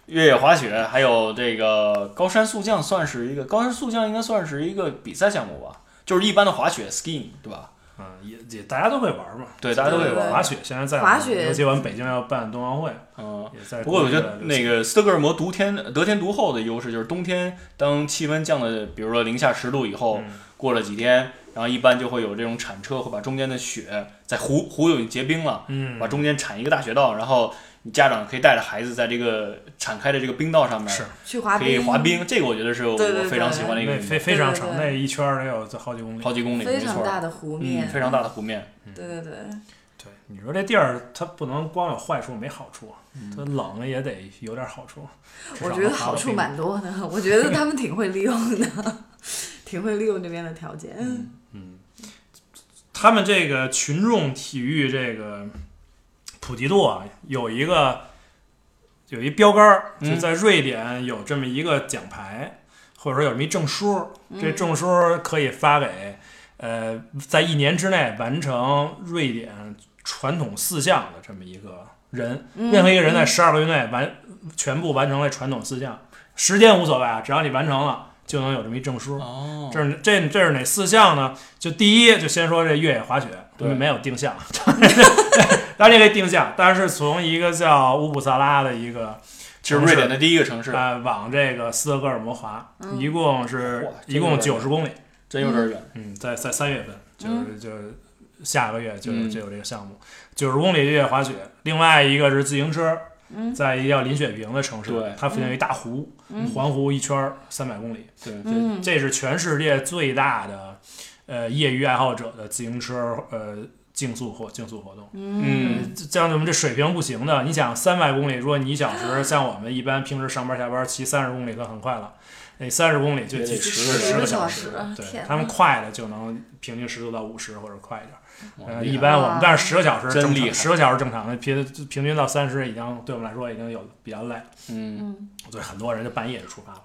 Speaker 1: 越野滑雪，还有这个高山速降，算是一个高山速降，应该算是一个比赛项目吧，就是一般的滑雪 skiing，对吧？
Speaker 3: 嗯，也也大家都会玩嘛，
Speaker 1: 对，大家都会玩。
Speaker 2: 对
Speaker 3: 滑雪现在在
Speaker 2: 滑雪
Speaker 3: 尤其我们北京要办冬奥会，
Speaker 1: 嗯，
Speaker 3: 也在。
Speaker 1: 不过我觉得那个斯德哥尔摩独天得天独厚的优势就是冬天，当气温降了，比如说零下十度以后，
Speaker 3: 嗯
Speaker 1: 过了几天，然后一般就会有这种铲车会把中间的雪在湖湖有结冰了，
Speaker 3: 嗯
Speaker 1: 把，中间铲一个大雪道，然后你家长可以带着孩子在这个铲开的这个冰道上面
Speaker 3: 是
Speaker 2: 去滑
Speaker 1: 可
Speaker 2: 冰，
Speaker 1: 以滑，冰，这个我觉得是我
Speaker 2: 对对对
Speaker 1: 非常喜欢的一个
Speaker 3: 那
Speaker 1: 运
Speaker 3: 非
Speaker 1: 动，
Speaker 3: 非常长，
Speaker 2: 对对
Speaker 3: 那
Speaker 2: 对
Speaker 3: 一圈儿得有这好几公里。
Speaker 1: 好几公里，
Speaker 2: 非
Speaker 1: 没错
Speaker 2: 常，大的湖面，
Speaker 1: 嗯，非常大的湖面，
Speaker 2: 对对对，
Speaker 3: 对，你说这地儿它不能光有坏处没好处，啊
Speaker 1: 嗯
Speaker 3: 它冷了也得有点好处。
Speaker 2: 我觉得好处蛮多的， *laughs* 我觉得他们挺会利用的， *laughs* 挺会利用这边的条件。嗯
Speaker 3: 他们这个群众体育这个普及度啊，有一个有一标杆儿，
Speaker 1: 嗯
Speaker 3: 就在瑞典有这么一个奖牌，或者说有这么一证书，
Speaker 1: 嗯
Speaker 3: 这证书可以发给呃，在一年之内完成瑞典传统四项的这么一个人，
Speaker 1: 嗯
Speaker 3: 任何一个人在十二个月内完全部完成了传统四项，时间无所谓啊，只要你完成了就能有这么一证书。
Speaker 1: 哦，
Speaker 3: 这是这这是哪四项呢？就第一，就先说这越野滑雪，
Speaker 1: 对
Speaker 3: 没有定向， *laughs* 当然这个定向，但是从一个叫乌布萨拉的一个
Speaker 1: 这是瑞嗯典的第一个城市，
Speaker 3: 呃往这个斯德哥尔摩滑，一共是
Speaker 1: 哇
Speaker 3: 一共九十公里，
Speaker 1: 真有点远，
Speaker 3: 嗯，在在三月份，就是就是下个月就
Speaker 1: 嗯
Speaker 3: 就有这个项目，九十公里越野滑雪，另外一个是自行车。
Speaker 1: 嗯
Speaker 3: 在一个叫林雪平的城市，
Speaker 1: 对
Speaker 3: 它附近有一大湖，
Speaker 1: 嗯
Speaker 3: 环湖一圈三百公里，
Speaker 1: 对对，
Speaker 2: 嗯，
Speaker 3: 这是全世界最大的呃业余爱好者的自行车呃竞速活竞速活动。
Speaker 1: 嗯，
Speaker 3: 这像我们这水平不行的，你想三百公里，如果你一小时，像我们一般平时上班下班骑三十公里算很快了，那三十公里就
Speaker 1: 也得
Speaker 3: 几
Speaker 1: 10
Speaker 3: 十
Speaker 2: 个
Speaker 3: 个
Speaker 2: 小
Speaker 3: 时
Speaker 2: 时啊。
Speaker 3: 对
Speaker 2: 天，
Speaker 3: 他们
Speaker 2: 哪
Speaker 3: 快的就能平均时速到五十或者快一点。
Speaker 1: 哇
Speaker 3: 呃，
Speaker 1: 厉害
Speaker 3: 一般我们但是十个小时
Speaker 1: 真
Speaker 3: 正
Speaker 1: 厉害
Speaker 3: 常，十个小时正常的，平平均到三十已经对我们来说已经有比较累了。
Speaker 1: 嗯，
Speaker 3: 对，很多人就半夜就出发了。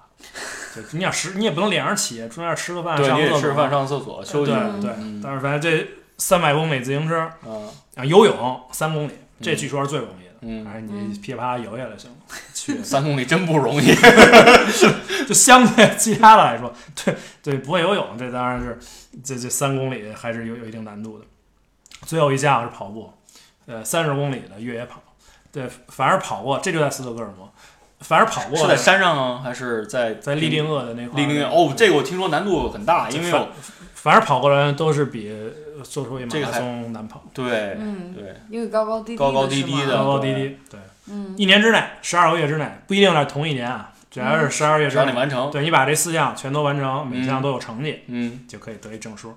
Speaker 3: 就你想吃，你也不能连着骑，中间吃个饭，
Speaker 1: 对，
Speaker 3: 上
Speaker 1: 你
Speaker 3: 个
Speaker 1: 得
Speaker 3: 厕所
Speaker 1: 吃饭、上厕所、休息，
Speaker 3: 对对
Speaker 1: 嗯，
Speaker 3: 但是反正这三百公里自行车
Speaker 1: 嗯
Speaker 3: 啊，游泳三公里，这据说是最容易的。
Speaker 1: 嗯，
Speaker 3: 反正你噼里啪啦游下来就行了，去
Speaker 1: 三公里真不容易，
Speaker 3: *laughs* 就相对其他的来说，对对，不会游泳，这当然是这这三公里还是有有一定难度的。最后一项是跑步，呃，三十公里的越野跑，对，反而跑过，这就在斯德哥尔摩，反而跑过
Speaker 1: 是在山上啊，还是在
Speaker 3: 在利定厄的那块
Speaker 1: 立
Speaker 3: 儿，
Speaker 1: 定哦，这个我听说难度很大，因为有
Speaker 3: 反而跑过来都是比呃做出一马
Speaker 1: 这个
Speaker 3: 拉
Speaker 1: 还
Speaker 3: 松难跑，
Speaker 1: 对
Speaker 2: 嗯
Speaker 1: 对，
Speaker 2: 因为高高低低
Speaker 1: 高高低低
Speaker 2: 的是
Speaker 1: 的
Speaker 2: 吗，嗯
Speaker 3: 高高低低。对，一年之内，十二个月之内，不一定在同一年啊，只要是十二月
Speaker 1: 只
Speaker 3: 之
Speaker 1: 要你
Speaker 3: 内，
Speaker 1: 完成，
Speaker 3: 对你把这四项全都完成，每
Speaker 1: 嗯
Speaker 3: 项都有成绩，
Speaker 1: 嗯，哦
Speaker 3: 就可以得一证书。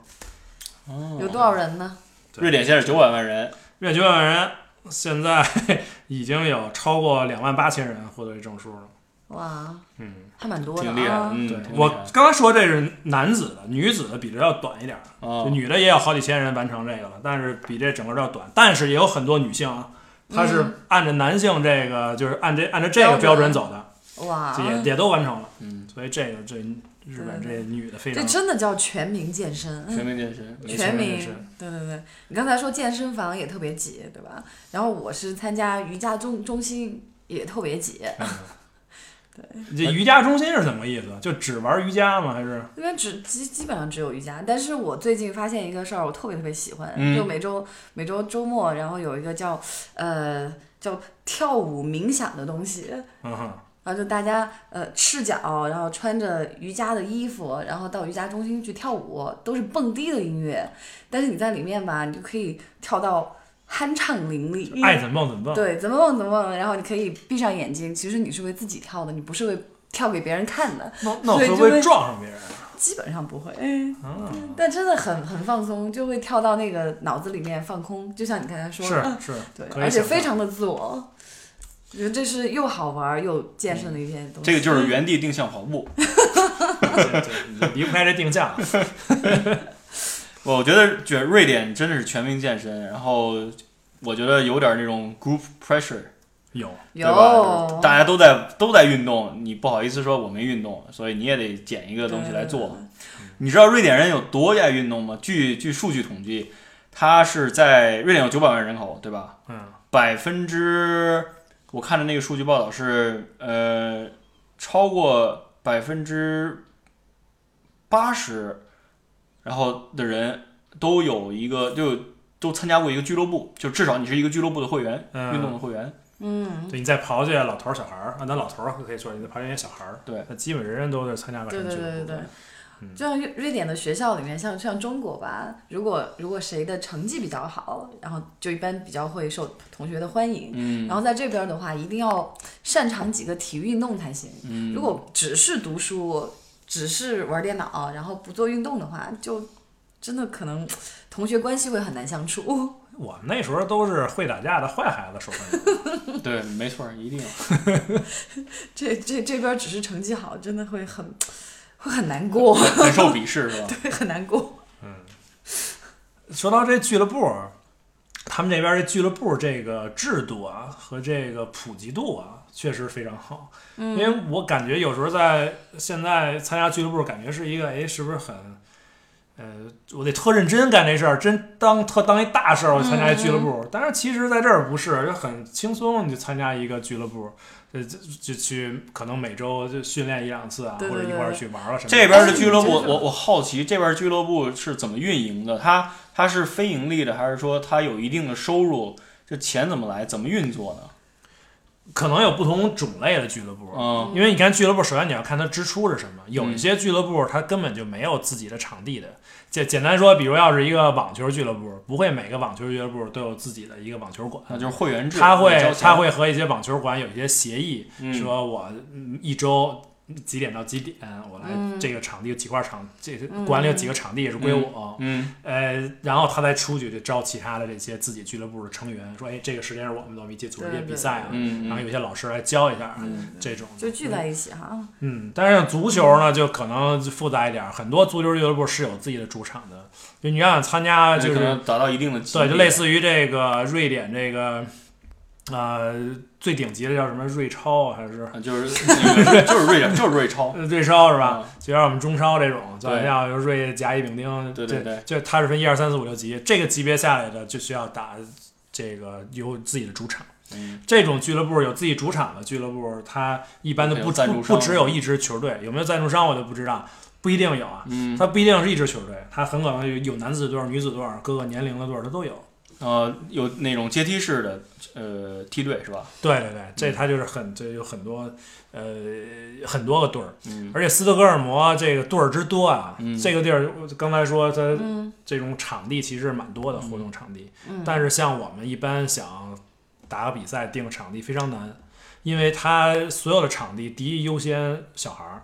Speaker 2: 有多少人呢？
Speaker 3: 对
Speaker 1: 瑞典现在是九百万人，
Speaker 3: 越九百万人现在 *laughs* 已经有超过两万八千人获得这证书了。
Speaker 2: 哇，
Speaker 3: 嗯，
Speaker 2: 还蛮多的
Speaker 1: 挺厉害的，
Speaker 2: 啊。
Speaker 1: 嗯，
Speaker 3: 对
Speaker 1: 挺厉害
Speaker 3: 我刚才说这是男子的，女子的比这要短一点儿，
Speaker 1: 啊
Speaker 3: 就，女的也有好几千人完成这个了，但是比这整个要短，但是也有很多女性啊，她
Speaker 2: 嗯
Speaker 3: 是按着男性这个，就是按这按照这个标准走的，
Speaker 2: 哇，
Speaker 3: 这也也都完成了。
Speaker 1: 嗯，
Speaker 3: 所以这个这日本这女的非常
Speaker 2: 嗯这真的叫全民健身。嗯
Speaker 1: 全民健身，
Speaker 3: 没错
Speaker 2: 全
Speaker 3: 没
Speaker 2: 民
Speaker 3: 事，
Speaker 2: 对对对，你刚才说健身房也特别挤，对吧？然后我是参加瑜伽中中心也特别挤，
Speaker 1: 嗯
Speaker 3: 这瑜伽中心是怎么个意思？就只玩瑜伽吗？还是
Speaker 2: 因为只基基本上只有瑜伽。但是我最近发现一个事儿，我特别特别喜欢，
Speaker 1: 嗯
Speaker 2: 就每周每周周末，然后有一个叫呃叫跳舞冥想的东西，
Speaker 3: 嗯哼
Speaker 2: 然后就大家呃赤脚，然后穿着瑜伽的衣服，然后到瑜伽中心去跳舞，都是蹦迪的音乐，但是你在里面吧，你就可以跳到酣畅淋漓，
Speaker 3: 爱怎么蹦怎么蹦？
Speaker 2: 嗯对，怎么蹦怎么蹦，然后你可以闭上眼睛，其实你是为自己跳的，你不是为跳给别人看的，
Speaker 3: 那那我
Speaker 2: 对
Speaker 3: 会不
Speaker 2: 就
Speaker 3: 会
Speaker 2: 会
Speaker 3: 撞上别人啊？
Speaker 2: 基本上不会，嗯
Speaker 3: 啊
Speaker 2: 但真的很很放松，就会跳到那个脑子里面放空，就像你刚才说的，
Speaker 3: 是是，
Speaker 2: 对，
Speaker 3: 可以
Speaker 2: 而且
Speaker 3: 想
Speaker 2: 非
Speaker 3: 象
Speaker 2: 常的自我，我觉得这是又好玩又健身的一件东西。
Speaker 1: 这个就是原地定向跑步。
Speaker 3: 对对离不开这定价。
Speaker 1: 我觉得觉瑞典真的是全民健身，然后我觉得有点那种 group pressure，
Speaker 3: 有，
Speaker 1: 对
Speaker 2: 有
Speaker 1: 吧？就是大家都在都在运动，你不好意思说我没运动，所以你也得捡一个东西来做。你知道瑞典人有多爱运动吗？据据数据统计，他是在瑞典有九百万人口，对吧？
Speaker 3: 嗯，
Speaker 1: 百分之，我看的那个数据报道是，呃，超过百分之八十，然后的人都有一个，就都参加过一个俱乐部，就至少你是一个俱乐部的会员，
Speaker 3: 嗯
Speaker 1: 运动的会员。
Speaker 2: 嗯，
Speaker 3: 对，你在刨去老头儿、小孩儿，啊，咱老头儿可以说，你在刨去那些小孩儿，
Speaker 1: 对，
Speaker 3: 那基本人人都是参加过
Speaker 2: 对
Speaker 3: 什么
Speaker 2: 对
Speaker 3: 俱乐
Speaker 2: 对对
Speaker 3: 部
Speaker 2: 对
Speaker 3: 的。。嗯
Speaker 2: 就像瑞瑞典的学校里面，像像中国吧，如果如果谁的成绩比较好，然后就一般比较会受同学的欢迎。
Speaker 1: 嗯
Speaker 2: 然后在这边的话，一定要擅长几个体育运动才行。
Speaker 1: 嗯，
Speaker 2: 如果只是读书，只是玩电脑，然后不做运动的话，就真的可能同学关系会很难相处。 *laughs*
Speaker 3: 我们那时候都是会打架的坏孩子受欢迎，
Speaker 1: 嗯对，没错儿，一定 *laughs*
Speaker 2: 这这这边只是成绩好，真的会很会很难过，
Speaker 1: 很受鄙视，是吧？
Speaker 2: 会很难过。
Speaker 3: 说到这俱乐部儿，他们这边儿这俱乐部儿这个制度啊和这个普及度啊，确实非常好。
Speaker 2: 嗯
Speaker 3: 因为我感觉有时候在现在参加俱乐部儿，感觉是一个哎，是不是很，呃，我得特认真干这事儿，真当特当一大事儿，我参加一俱乐部
Speaker 2: 嗯
Speaker 3: 儿。但是其实在这儿不是，就很轻松，你就参加一个俱乐部儿，呃，就就去可能每周就训练一两次啊，
Speaker 2: 对对
Speaker 3: 或者一
Speaker 2: 对
Speaker 3: 块儿
Speaker 2: 对
Speaker 3: 去玩儿了什么的。
Speaker 1: 哦这边的俱乐部，
Speaker 2: 哎你真是
Speaker 1: 我我好奇这边俱乐部是怎么运营的？它它是非盈利的，还是说它有一定的收入？这钱怎么来？怎么运作呢？
Speaker 3: 可能有不同种类的俱乐部儿，啊
Speaker 1: 嗯
Speaker 3: 因为你看俱乐部，首先你要看它支出是什么。有
Speaker 1: 嗯
Speaker 3: 一些俱乐部它根本就没有自己的场地的。简简单说，比如要是一个网球俱乐部，不会每个网球俱乐部都有自己的一个网球馆，
Speaker 1: 那就是会员制，
Speaker 3: 他
Speaker 1: 你交
Speaker 3: 会
Speaker 1: 钱
Speaker 3: 他会和一些网球馆有一些协议，
Speaker 1: 嗯
Speaker 3: 说我嗯一周几点到几点我来
Speaker 1: 嗯
Speaker 3: 这个场地有几块场，这个管理有几个场地是归我。
Speaker 1: 嗯
Speaker 3: 呃，然后他再出去就招其他的这些自己俱乐部的成员，说，哎，这个时间是我们我们一起组织一些
Speaker 2: 对对
Speaker 3: 比赛啊，
Speaker 1: 嗯
Speaker 3: 然后
Speaker 1: 嗯
Speaker 3: 有些老师来教一下啊，
Speaker 1: 嗯
Speaker 3: 这种
Speaker 2: 就聚在一起哈，
Speaker 3: 嗯，但是像足球呢，就可能复杂一点儿。很多足球俱乐部是有自己的主场的，就你要想参加，
Speaker 1: 那
Speaker 3: 就
Speaker 1: 哎可
Speaker 3: 是
Speaker 1: 能达到一定的级
Speaker 3: 对，
Speaker 1: 别
Speaker 3: 就类似于这个瑞典这个，呃，最顶级的叫什么瑞超啊还是
Speaker 1: 啊就是 *laughs* 那个就是瑞典，就是瑞超，
Speaker 3: 呃瑞超是
Speaker 1: 是
Speaker 3: 吧？？就像我们中超这种，就
Speaker 1: 嗯对
Speaker 3: 像瑞甲、乙、丙、丁，
Speaker 1: 对对对
Speaker 3: 这，就它是分一二三四五六级，这个级别下来的就需要打这个有自己的主场。
Speaker 1: 嗯
Speaker 3: 这种俱乐部有自己主场的俱乐部，它一般都
Speaker 1: 有
Speaker 3: 不
Speaker 1: 赞助
Speaker 3: 不
Speaker 1: 商
Speaker 3: 不只有一支球队，有没有赞助商我就不知道，不一定有啊。
Speaker 1: 嗯
Speaker 3: 它不一定是一支球队，它很可能有有男子队、女子队，各个年龄的队它都有。
Speaker 1: 呃，有那种阶梯式的呃梯队是吧？
Speaker 3: 对对对，
Speaker 1: 嗯
Speaker 3: 这它就是很这有很多呃很多个队儿，
Speaker 1: 嗯
Speaker 3: 而且斯德哥尔摩这个队儿之多啊，
Speaker 1: 嗯
Speaker 3: 这个地儿我刚才说它
Speaker 2: 嗯
Speaker 3: 这种场地其实蛮多的活动场地，
Speaker 2: 嗯，
Speaker 3: 但是像我们一般想打个比赛定个场地非常难，因为他所有的场地第一优先小孩儿，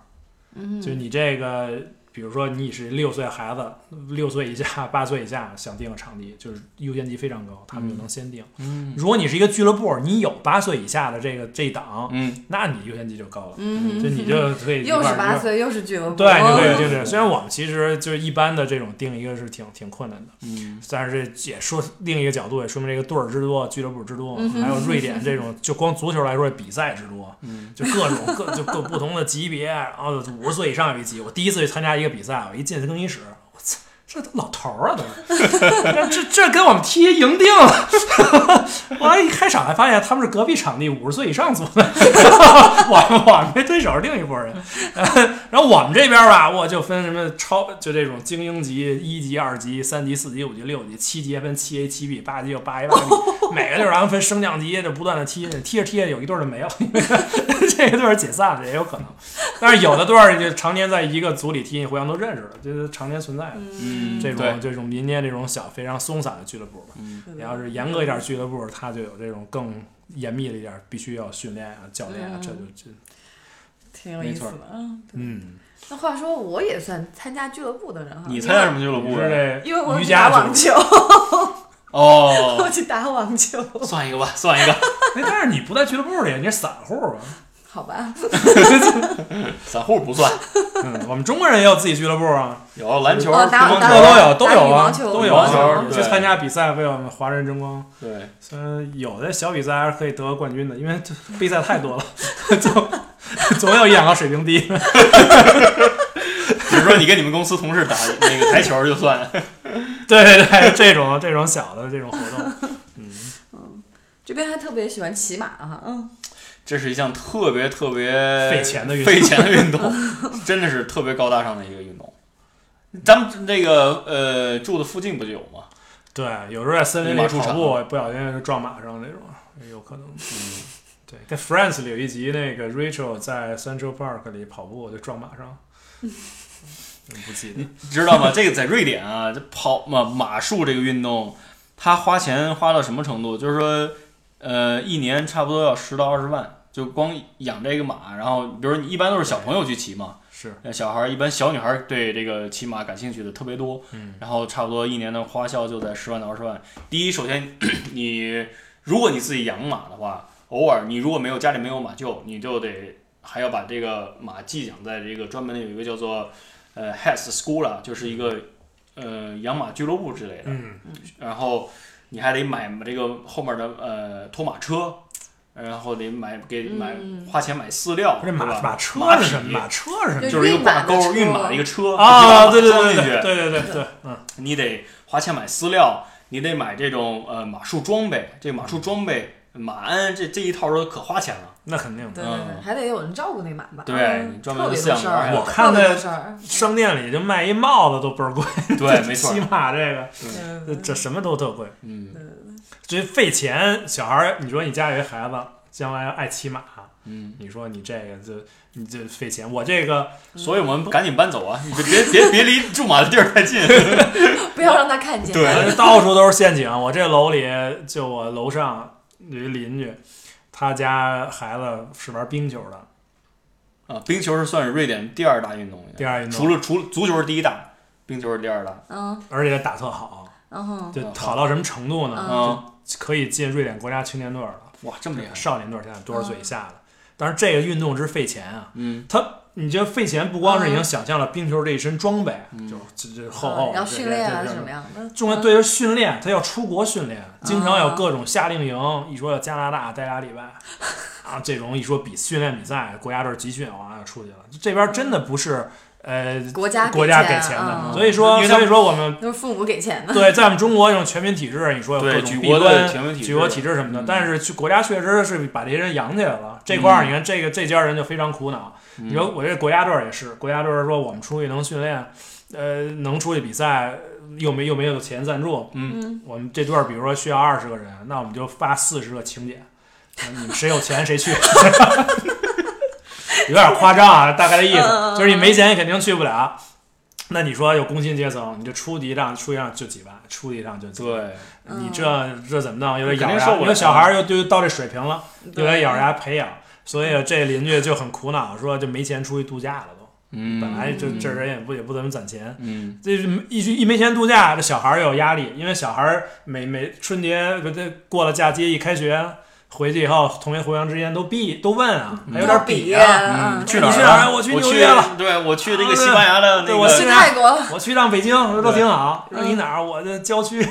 Speaker 3: 嗯，就你这个，比如说你是六岁孩子，六岁以下、八岁以下想定个场地，就是优先级非常高，他们就能先定。
Speaker 1: 嗯
Speaker 3: 如果你是一个俱乐部，你有八岁以下的这个这一档，
Speaker 1: 嗯，
Speaker 3: 那你优先级就高了，
Speaker 2: 嗯，
Speaker 3: 就你就可以
Speaker 2: 又
Speaker 3: 一块
Speaker 2: 是
Speaker 3: 儿
Speaker 2: 八岁，又是俱乐部，
Speaker 3: 对，你可
Speaker 2: *laughs*
Speaker 3: 以
Speaker 2: 哦
Speaker 3: 就是，虽然我们其实就是一般的这种定一个是挺挺困难的，
Speaker 1: 嗯，
Speaker 3: 但是这也说另一个角度也说明这个队儿之多，俱乐部之多，还有瑞典这种就光足球来说比赛之多，
Speaker 1: 嗯，
Speaker 3: 就各种各就各不同的级别，然后五十岁以上有一级，我第一次去参加一个比赛，我一进更衣室，我操。这都老头儿啊，都是， *laughs* 这这这跟我们踢赢定了。 *laughs* 后来一开场还发现他们是隔壁场地五十岁以上组的， *laughs* 我们我们这对手是另一拨人。然后我们这边吧，我就分什么超，就这种精英级、一级、二级、三级、四级、五级、六级、七级还分七 A、七 B，八级有
Speaker 2: *laughs*
Speaker 3: 八 A、八 B，每个队儿然后分升降级，就不断的踢，踢着踢着有一队儿就没了， *laughs* 这个队儿解散了也有可能。但是有的队儿就常年在一个组里踢，你互相都认识了，就是常年存在的。
Speaker 1: 嗯
Speaker 3: 这
Speaker 1: 对
Speaker 3: 种这种民间这种小非常松散的俱乐部吧，
Speaker 2: 嗯
Speaker 3: 你要是严格一点俱乐部，它就有这种更严密的一点，必须要训练啊、教练啊，这
Speaker 2: 嗯
Speaker 3: 就这
Speaker 2: 挺有意思
Speaker 1: 没
Speaker 2: 的。嗯，对
Speaker 3: 嗯，
Speaker 2: 那话说，我也算参加俱乐部的人哈。
Speaker 1: 你
Speaker 2: 因为
Speaker 1: 参加什么俱乐
Speaker 3: 你
Speaker 1: 部
Speaker 3: 是
Speaker 1: 啊？
Speaker 3: 这
Speaker 2: 因为我
Speaker 3: 瑜
Speaker 2: 去
Speaker 3: 伽
Speaker 2: 打
Speaker 3: 俱乐部
Speaker 2: 网球，我
Speaker 1: 哦，
Speaker 2: *laughs* 去打网球，
Speaker 1: 算一个吧，算一个，
Speaker 3: *laughs* 哎，但是你不在俱乐部里，你是散户啊吧？
Speaker 2: 好吧？
Speaker 1: 散户不算，
Speaker 3: 嗯，我们中国人也有自己俱乐部啊，
Speaker 1: 有篮球、
Speaker 2: 哦
Speaker 1: 乒
Speaker 2: 打
Speaker 1: 乓
Speaker 3: 各
Speaker 2: *laughs* 打
Speaker 1: 球，
Speaker 3: 都有，都
Speaker 2: 打
Speaker 3: 有
Speaker 2: 羽
Speaker 3: 啊，
Speaker 2: 毛球
Speaker 3: 都有
Speaker 1: 羽毛
Speaker 3: 啊。
Speaker 1: 球
Speaker 3: 去
Speaker 1: 对
Speaker 3: 参加比赛，为我们华人争光。
Speaker 1: 对，
Speaker 3: 虽然有的小比赛还是可以得个冠军的，因为这杯赛太多了， *laughs* 总总有一两个水平低。 *laughs*
Speaker 1: 比如说你跟你们公司同事打那个台球就算，
Speaker 3: 对对对，这种这种小的这种活动，
Speaker 2: 这边还特别喜欢骑马哈，嗯，
Speaker 1: 这是一项特别特别
Speaker 3: 费钱的运动
Speaker 1: 费钱的运动，真的是特别高大上的一个运动。咱们那个呃住的附近不就有吗？
Speaker 3: 对，有时候在森林
Speaker 1: 立
Speaker 3: 里
Speaker 1: 马出
Speaker 3: 跑
Speaker 1: 场
Speaker 3: 步，不小心就撞马上那种，也有可能。
Speaker 2: 嗯
Speaker 3: 对，跟 Friends 里有一集，那个 Rachel 在 Central Park 里跑步就撞马
Speaker 2: *laughs*
Speaker 3: 上，嗯不记得。
Speaker 1: 知道吗？这个在瑞典啊，这跑马马术这个运动，他花钱花到什么程度？就是说，呃，一年差不多要十到二十万，就光养这个马。然后，比如你一般都是小朋友去骑嘛，
Speaker 3: 是
Speaker 1: 呃小孩儿一般小女孩儿对这个骑马感兴趣的特别多。
Speaker 3: 嗯，
Speaker 1: 然后差不多一年的花销就在十万到二十万。第一，首先 *clears throat* 你如果你自己养马的话，偶尔你如果没有家里没有马厩，你就得还要把这个马寄养在这个专门的有一个叫做呃 Hes School 啊，就是一个呃养马俱乐部之类的。
Speaker 3: 嗯，
Speaker 1: 然后你还得买这个后面的呃拖马车，然后得买给买花钱买饲料，
Speaker 3: 这马
Speaker 1: 对吧
Speaker 3: 马车
Speaker 1: 马
Speaker 3: 是
Speaker 1: 匹
Speaker 3: 什么？马车是什么？
Speaker 2: 对
Speaker 1: 就是一个挂钩
Speaker 2: 运马的车
Speaker 1: 运马的一个车
Speaker 3: 啊，对对
Speaker 1: 你把马装
Speaker 3: 对对
Speaker 1: 进去
Speaker 3: 对对对对，嗯，
Speaker 1: 你得花钱买饲料，你得买这种呃马术装备，这马术装备、马鞍这这一套都可花钱了。
Speaker 3: *laughs* 那肯定
Speaker 2: 对
Speaker 3: 的。
Speaker 2: 对对，
Speaker 1: 嗯
Speaker 2: 还得有人照顾那马吧？
Speaker 1: 对你
Speaker 2: 嗯
Speaker 1: 专门
Speaker 2: 特别
Speaker 1: 饲养
Speaker 2: 多事
Speaker 1: 员
Speaker 2: 儿，
Speaker 1: 我
Speaker 3: 看
Speaker 2: 特别
Speaker 3: 那
Speaker 2: 多事儿，
Speaker 3: 商店里就卖一帽子都倍儿贵，
Speaker 1: *laughs* 对，没错
Speaker 3: *laughs* 骑。马这个
Speaker 2: 嗯
Speaker 3: 这这什么都特贵，
Speaker 1: 嗯
Speaker 3: 这费钱。小孩儿，你说你家有一孩子将来爱骑马，
Speaker 1: 嗯，
Speaker 3: 你说你这个就你这费钱。我这个
Speaker 1: 所以我
Speaker 3: 嗯
Speaker 1: 们赶紧搬走啊！你别别别离驻马的地儿太近。
Speaker 2: 不要让他看见。
Speaker 1: 对
Speaker 3: 我这到处都是陷阱。我这楼里就我楼上有一邻居，他家孩子是玩冰球
Speaker 1: *laughs*
Speaker 3: 的，
Speaker 1: 啊，冰球是算是瑞典第二大运动，
Speaker 3: 第二运动
Speaker 1: 除了除了足球是第一大，冰球是第二大。
Speaker 2: 嗯，
Speaker 3: 而且打特好，
Speaker 2: 然后
Speaker 3: 就好到什么程度呢？
Speaker 1: 嗯，
Speaker 3: 可以进瑞典国家青年队了。
Speaker 1: 哇，这么厉害！
Speaker 3: 少年队现在多少
Speaker 2: 嗯
Speaker 3: 岁以下的？但是这个运动之费钱啊，
Speaker 1: 嗯，
Speaker 3: 他你这费钱不光是已经
Speaker 2: 嗯
Speaker 3: 想象了冰球这一身装备，
Speaker 1: 嗯
Speaker 3: 就这这厚厚的
Speaker 2: 要
Speaker 3: 这
Speaker 2: 训练啊
Speaker 3: 这这
Speaker 2: 什么样的？
Speaker 3: 重要对于训练，他要出国训练，经常有
Speaker 2: 啊
Speaker 3: 各种夏令营，一说要加拿大待俩礼拜，啊，这种一说比训练比赛，国家队集训，哇，出去了。这边真的不是呃
Speaker 2: 国家
Speaker 3: 国家给
Speaker 2: 给
Speaker 3: 钱的，
Speaker 2: 嗯
Speaker 3: 所以说
Speaker 1: 因为他
Speaker 3: 所以说我们
Speaker 2: 都是父母给钱的。
Speaker 3: 对在我们中国这种全民体制，你说有各
Speaker 1: 对，
Speaker 3: 种
Speaker 1: 举
Speaker 3: 弊
Speaker 1: 国的
Speaker 3: 端，
Speaker 1: 全民体制，
Speaker 3: 举国体制什么的，
Speaker 1: 嗯
Speaker 3: 但是去国家确实是把这些人养起来了。这块儿
Speaker 1: 嗯
Speaker 3: 你看，这个这家人就非常苦恼。
Speaker 1: 嗯
Speaker 3: 你说我这国家队儿也是，国家队儿说我们出去能训练，呃，能出去比赛，又没又没有钱赞助，
Speaker 1: 嗯
Speaker 2: 嗯，
Speaker 3: 我们这队儿比如说需要二十个人，那我们就发四十个请柬，你们谁有钱谁去。 *laughs* 有点夸张啊，大概的意
Speaker 2: 嗯嗯嗯
Speaker 3: 思就是你没钱你肯定去不了。那你说有工薪阶层，你这出一趟出一趟就几万，出一趟就几万，
Speaker 1: 对，
Speaker 2: 嗯
Speaker 3: 你这这怎么弄？有点
Speaker 1: 肯
Speaker 3: 咬
Speaker 1: 定
Speaker 3: 牙，
Speaker 1: 受不
Speaker 3: 因
Speaker 1: 了啊
Speaker 3: 为小孩儿又就到这水平了，有
Speaker 2: 对
Speaker 3: 点咬牙培养，所以这邻居就很苦恼，说就没钱出去度假了都。
Speaker 1: 嗯，
Speaker 3: 本来就这人也不也不怎么攒钱，
Speaker 1: 嗯，
Speaker 3: 这是一一没钱度假，这小孩儿有压力，因为小孩儿每每春节不这过了假期一开学回去以后，同学互相之间都避都问啊，
Speaker 1: 嗯
Speaker 3: 还有点比啊，
Speaker 2: 啊，
Speaker 1: 去哪儿
Speaker 3: 你去
Speaker 1: 了
Speaker 3: 哪儿我去纽约了啊
Speaker 1: 对，我去那个西班牙的那
Speaker 3: 对
Speaker 2: 我
Speaker 3: 我
Speaker 1: 个
Speaker 2: 去泰国了，
Speaker 3: 我去趟北京都
Speaker 1: 对
Speaker 3: 挺好，
Speaker 2: 嗯
Speaker 3: 说你哪儿？我这
Speaker 2: *laughs*
Speaker 3: 郊区，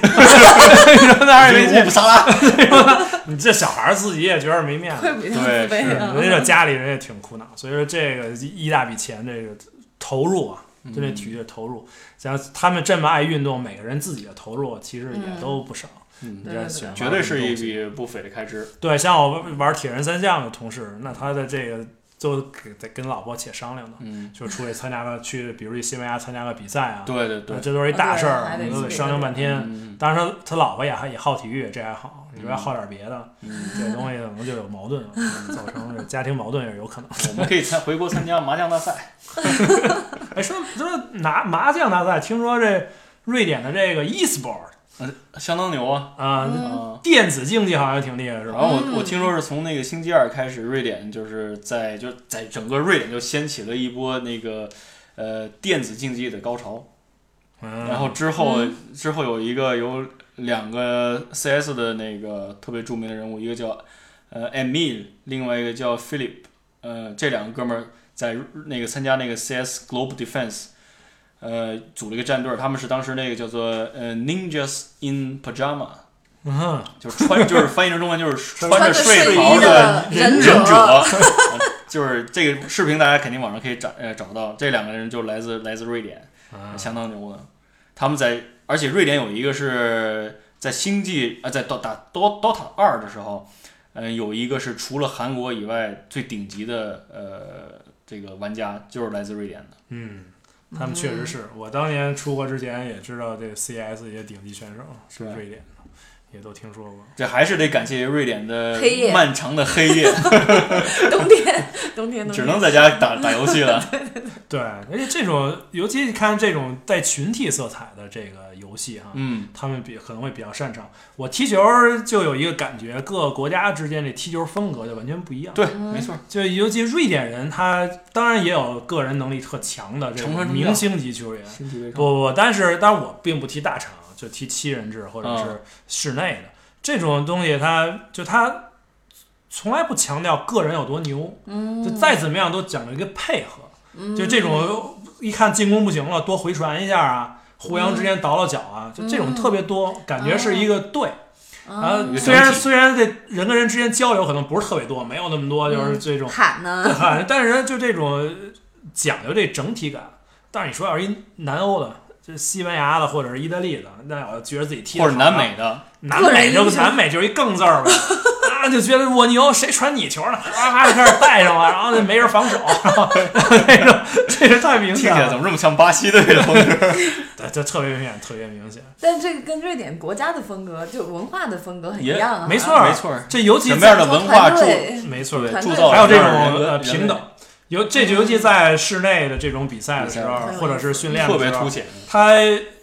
Speaker 3: 哪儿也没
Speaker 1: 乌
Speaker 3: 去。啊
Speaker 1: 普萨拉，
Speaker 3: 你这小孩儿自己也觉得没面子，
Speaker 2: 会比较自
Speaker 1: 对
Speaker 2: 卑
Speaker 1: 是
Speaker 2: 啊。
Speaker 3: 人家嗯家里人也挺苦恼，所以说这个一大笔钱，这个投入啊，对这体育的投入，像他们这么爱运动，每个人自己的投入其实也都不少。
Speaker 1: 嗯
Speaker 3: 你
Speaker 2: 对
Speaker 3: 这选
Speaker 1: 绝对是一笔不菲的开支。
Speaker 3: 对，像我玩铁人三项的同事，那他的这个就给得跟老婆且商量的，
Speaker 1: 嗯，
Speaker 3: 就出去参加个去，比如去西班牙参加个比赛啊，
Speaker 1: 对对对，
Speaker 3: 这都是一大事
Speaker 2: 啊
Speaker 3: 儿，
Speaker 2: 对还得
Speaker 3: 我们都得
Speaker 2: 去
Speaker 3: 商量半天。
Speaker 1: 嗯
Speaker 3: 当然他，他老婆也还也好体育，这还好。你说要好点别的，
Speaker 1: 嗯，
Speaker 3: 这东西可能就有矛 *laughs* 盾了，造成这家庭矛盾也是有可能。
Speaker 1: *laughs* 我们可以参回国参加麻将大赛。
Speaker 3: 哎，说说拿麻将大赛，听说这瑞典的这个 e-sport
Speaker 1: 嗯，相当牛啊！
Speaker 3: 啊、
Speaker 2: 嗯
Speaker 1: 啊，
Speaker 3: 电子竞技好像挺厉害是
Speaker 1: 然
Speaker 3: 吧？
Speaker 1: 后我我听说是从那个星期二开始，瑞典就是在就在整个瑞典就掀起了一波那个呃电子竞技的高潮。
Speaker 3: 嗯，
Speaker 1: 然后之后、之后有一个有两个 CS 的那个特别著名的人物，一个叫呃 Emil，另外一个叫 Philip，呃，这两个哥们儿在那个参加那个 CS Globe Defense，呃，组了一个战队儿，他们是当时那个叫做呃 Ninjas in Pajama，
Speaker 3: 嗯，
Speaker 1: 就是穿就是翻译成中文就是
Speaker 2: 穿
Speaker 1: 着
Speaker 2: 着
Speaker 1: 睡
Speaker 2: 睡
Speaker 1: 袍
Speaker 2: 衣
Speaker 1: 的
Speaker 2: 的
Speaker 1: 忍
Speaker 2: 忍
Speaker 1: 者。 *laughs*
Speaker 2: 者
Speaker 1: 呃就是这个视频，大家肯定网上可以找呃找到。这两个人就来自来自瑞典，
Speaker 3: 啊
Speaker 1: 相当牛的。他们在，而且瑞典有一个是在星际啊，在打打 DO DOTA 二的时候，嗯、有一个是除了韩国以外最顶级的呃这个玩家，就是来自瑞典的。
Speaker 3: 嗯，他们确实是我当年出国之前也知道这 CS 一些顶级选手是
Speaker 1: 对
Speaker 3: 瑞典的，也都听说过。
Speaker 1: 这还是得感谢瑞典的
Speaker 2: 黑夜
Speaker 1: 漫长的黑
Speaker 2: *laughs*
Speaker 1: 夜，
Speaker 2: 冬天，冬天，冬
Speaker 1: 只
Speaker 2: 天
Speaker 1: 能在家打打游戏了。
Speaker 2: *laughs*
Speaker 3: 对，而且这种，尤其你看这种带群体色彩的这个游戏哈，
Speaker 1: 嗯，
Speaker 3: 他们比可能会比较擅长。我踢球就有一个感觉，各个国家之间这踢球风格就完全不一样。
Speaker 1: 对，
Speaker 2: 嗯
Speaker 1: 没错，
Speaker 3: 就尤其瑞典人，他当然也有个人能力特强的这
Speaker 1: 成
Speaker 3: 种
Speaker 1: 团成
Speaker 3: 明
Speaker 1: 将
Speaker 3: 星级球员。
Speaker 1: 身体微
Speaker 3: 不不，不但是但我并不踢大场，就踢七人制或者是室内的、这种东西它，就他从来不强调个人有多牛，
Speaker 2: 嗯
Speaker 3: 就再怎么样都讲究一个配合。就这种一看进攻不行了，多回传一下啊，互相之间倒倒脚啊，就这种特别多，感觉是一个队。然
Speaker 2: 啊，
Speaker 3: 后
Speaker 1: 嗯
Speaker 3: 虽然虽然这人跟人之间交流可能不是特别多，没有那么多，就是这种，
Speaker 2: 喊呢，
Speaker 3: 哎但是就这种讲究这整体感。但是你说要是一南欧的，就是西班牙的或者是意大利的，那要觉得自己踢得
Speaker 1: 或者
Speaker 3: 好
Speaker 1: 南
Speaker 3: 啊
Speaker 1: 美的，
Speaker 3: 南美
Speaker 2: 个人
Speaker 3: 就
Speaker 2: 英雄
Speaker 3: 南美就是一更字儿呗，啊，就觉得我牛，谁传你球呢？哗哗就开始带上了，然后就没人
Speaker 1: *laughs*
Speaker 3: 防守，然后那种这是太明
Speaker 1: 听起
Speaker 3: 显
Speaker 1: 来怎
Speaker 3: 了，
Speaker 1: 么这么像巴西队的？
Speaker 3: 对，就特别明显，特别明显，
Speaker 2: 但这个跟瑞典国家的风格，就文化的风格很一样啊，
Speaker 3: 没错儿
Speaker 1: 没 *laughs* 错儿，
Speaker 3: 这尤其
Speaker 1: 什么样
Speaker 3: 的
Speaker 1: 的文化
Speaker 2: 团
Speaker 1: 铸
Speaker 2: 队
Speaker 3: 没错儿，
Speaker 1: 对
Speaker 2: 团
Speaker 1: 铸
Speaker 2: 队
Speaker 1: 造了
Speaker 3: 还有这种
Speaker 1: 样的人
Speaker 3: 呃
Speaker 1: 人类
Speaker 3: 平等，尤这就尤其在室内的这种比赛的时候
Speaker 2: 比，赛
Speaker 3: 或者是训练
Speaker 1: 特
Speaker 3: 的
Speaker 1: 别
Speaker 3: 时
Speaker 1: 凸
Speaker 3: 候，
Speaker 1: 显。
Speaker 3: 他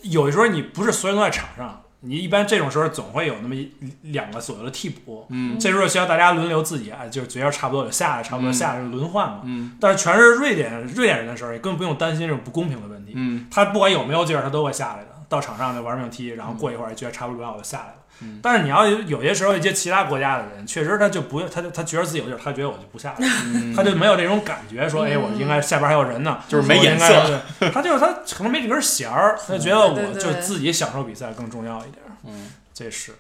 Speaker 3: 有的时候你不是所有人都在场上，你一般这种时候总会有那么一两个左右的替补，
Speaker 1: 嗯
Speaker 3: 这时候需要大家轮流自己啊，就是嘴角差不多就下来，差不多下来就轮换嘛。
Speaker 1: 嗯
Speaker 3: 但是全是瑞典瑞典人的时候，也根本不用担心这种不公平的问题。
Speaker 1: 嗯
Speaker 3: 他不管有没有劲儿，他都会下来的。到场上就玩命踢，然后过一会儿觉得差不多了，我就下来了。
Speaker 1: 嗯
Speaker 3: 但是你要有有些时候，一些其他国家的人，确实他就不，他就他觉得自己有劲儿，他觉得我就不下来了，
Speaker 1: 嗯，
Speaker 3: 他就没有这种感觉，说哎，我应该下边还有人呢，
Speaker 1: 就是没
Speaker 3: 我应
Speaker 1: 眼
Speaker 3: 该
Speaker 1: 色。。
Speaker 3: 对他就是他可能没这根弦儿，他就觉得
Speaker 2: 对
Speaker 3: 我
Speaker 2: 对
Speaker 3: 就
Speaker 2: 对
Speaker 3: 自己享受比赛更重要一点儿。
Speaker 1: 嗯
Speaker 3: 这是。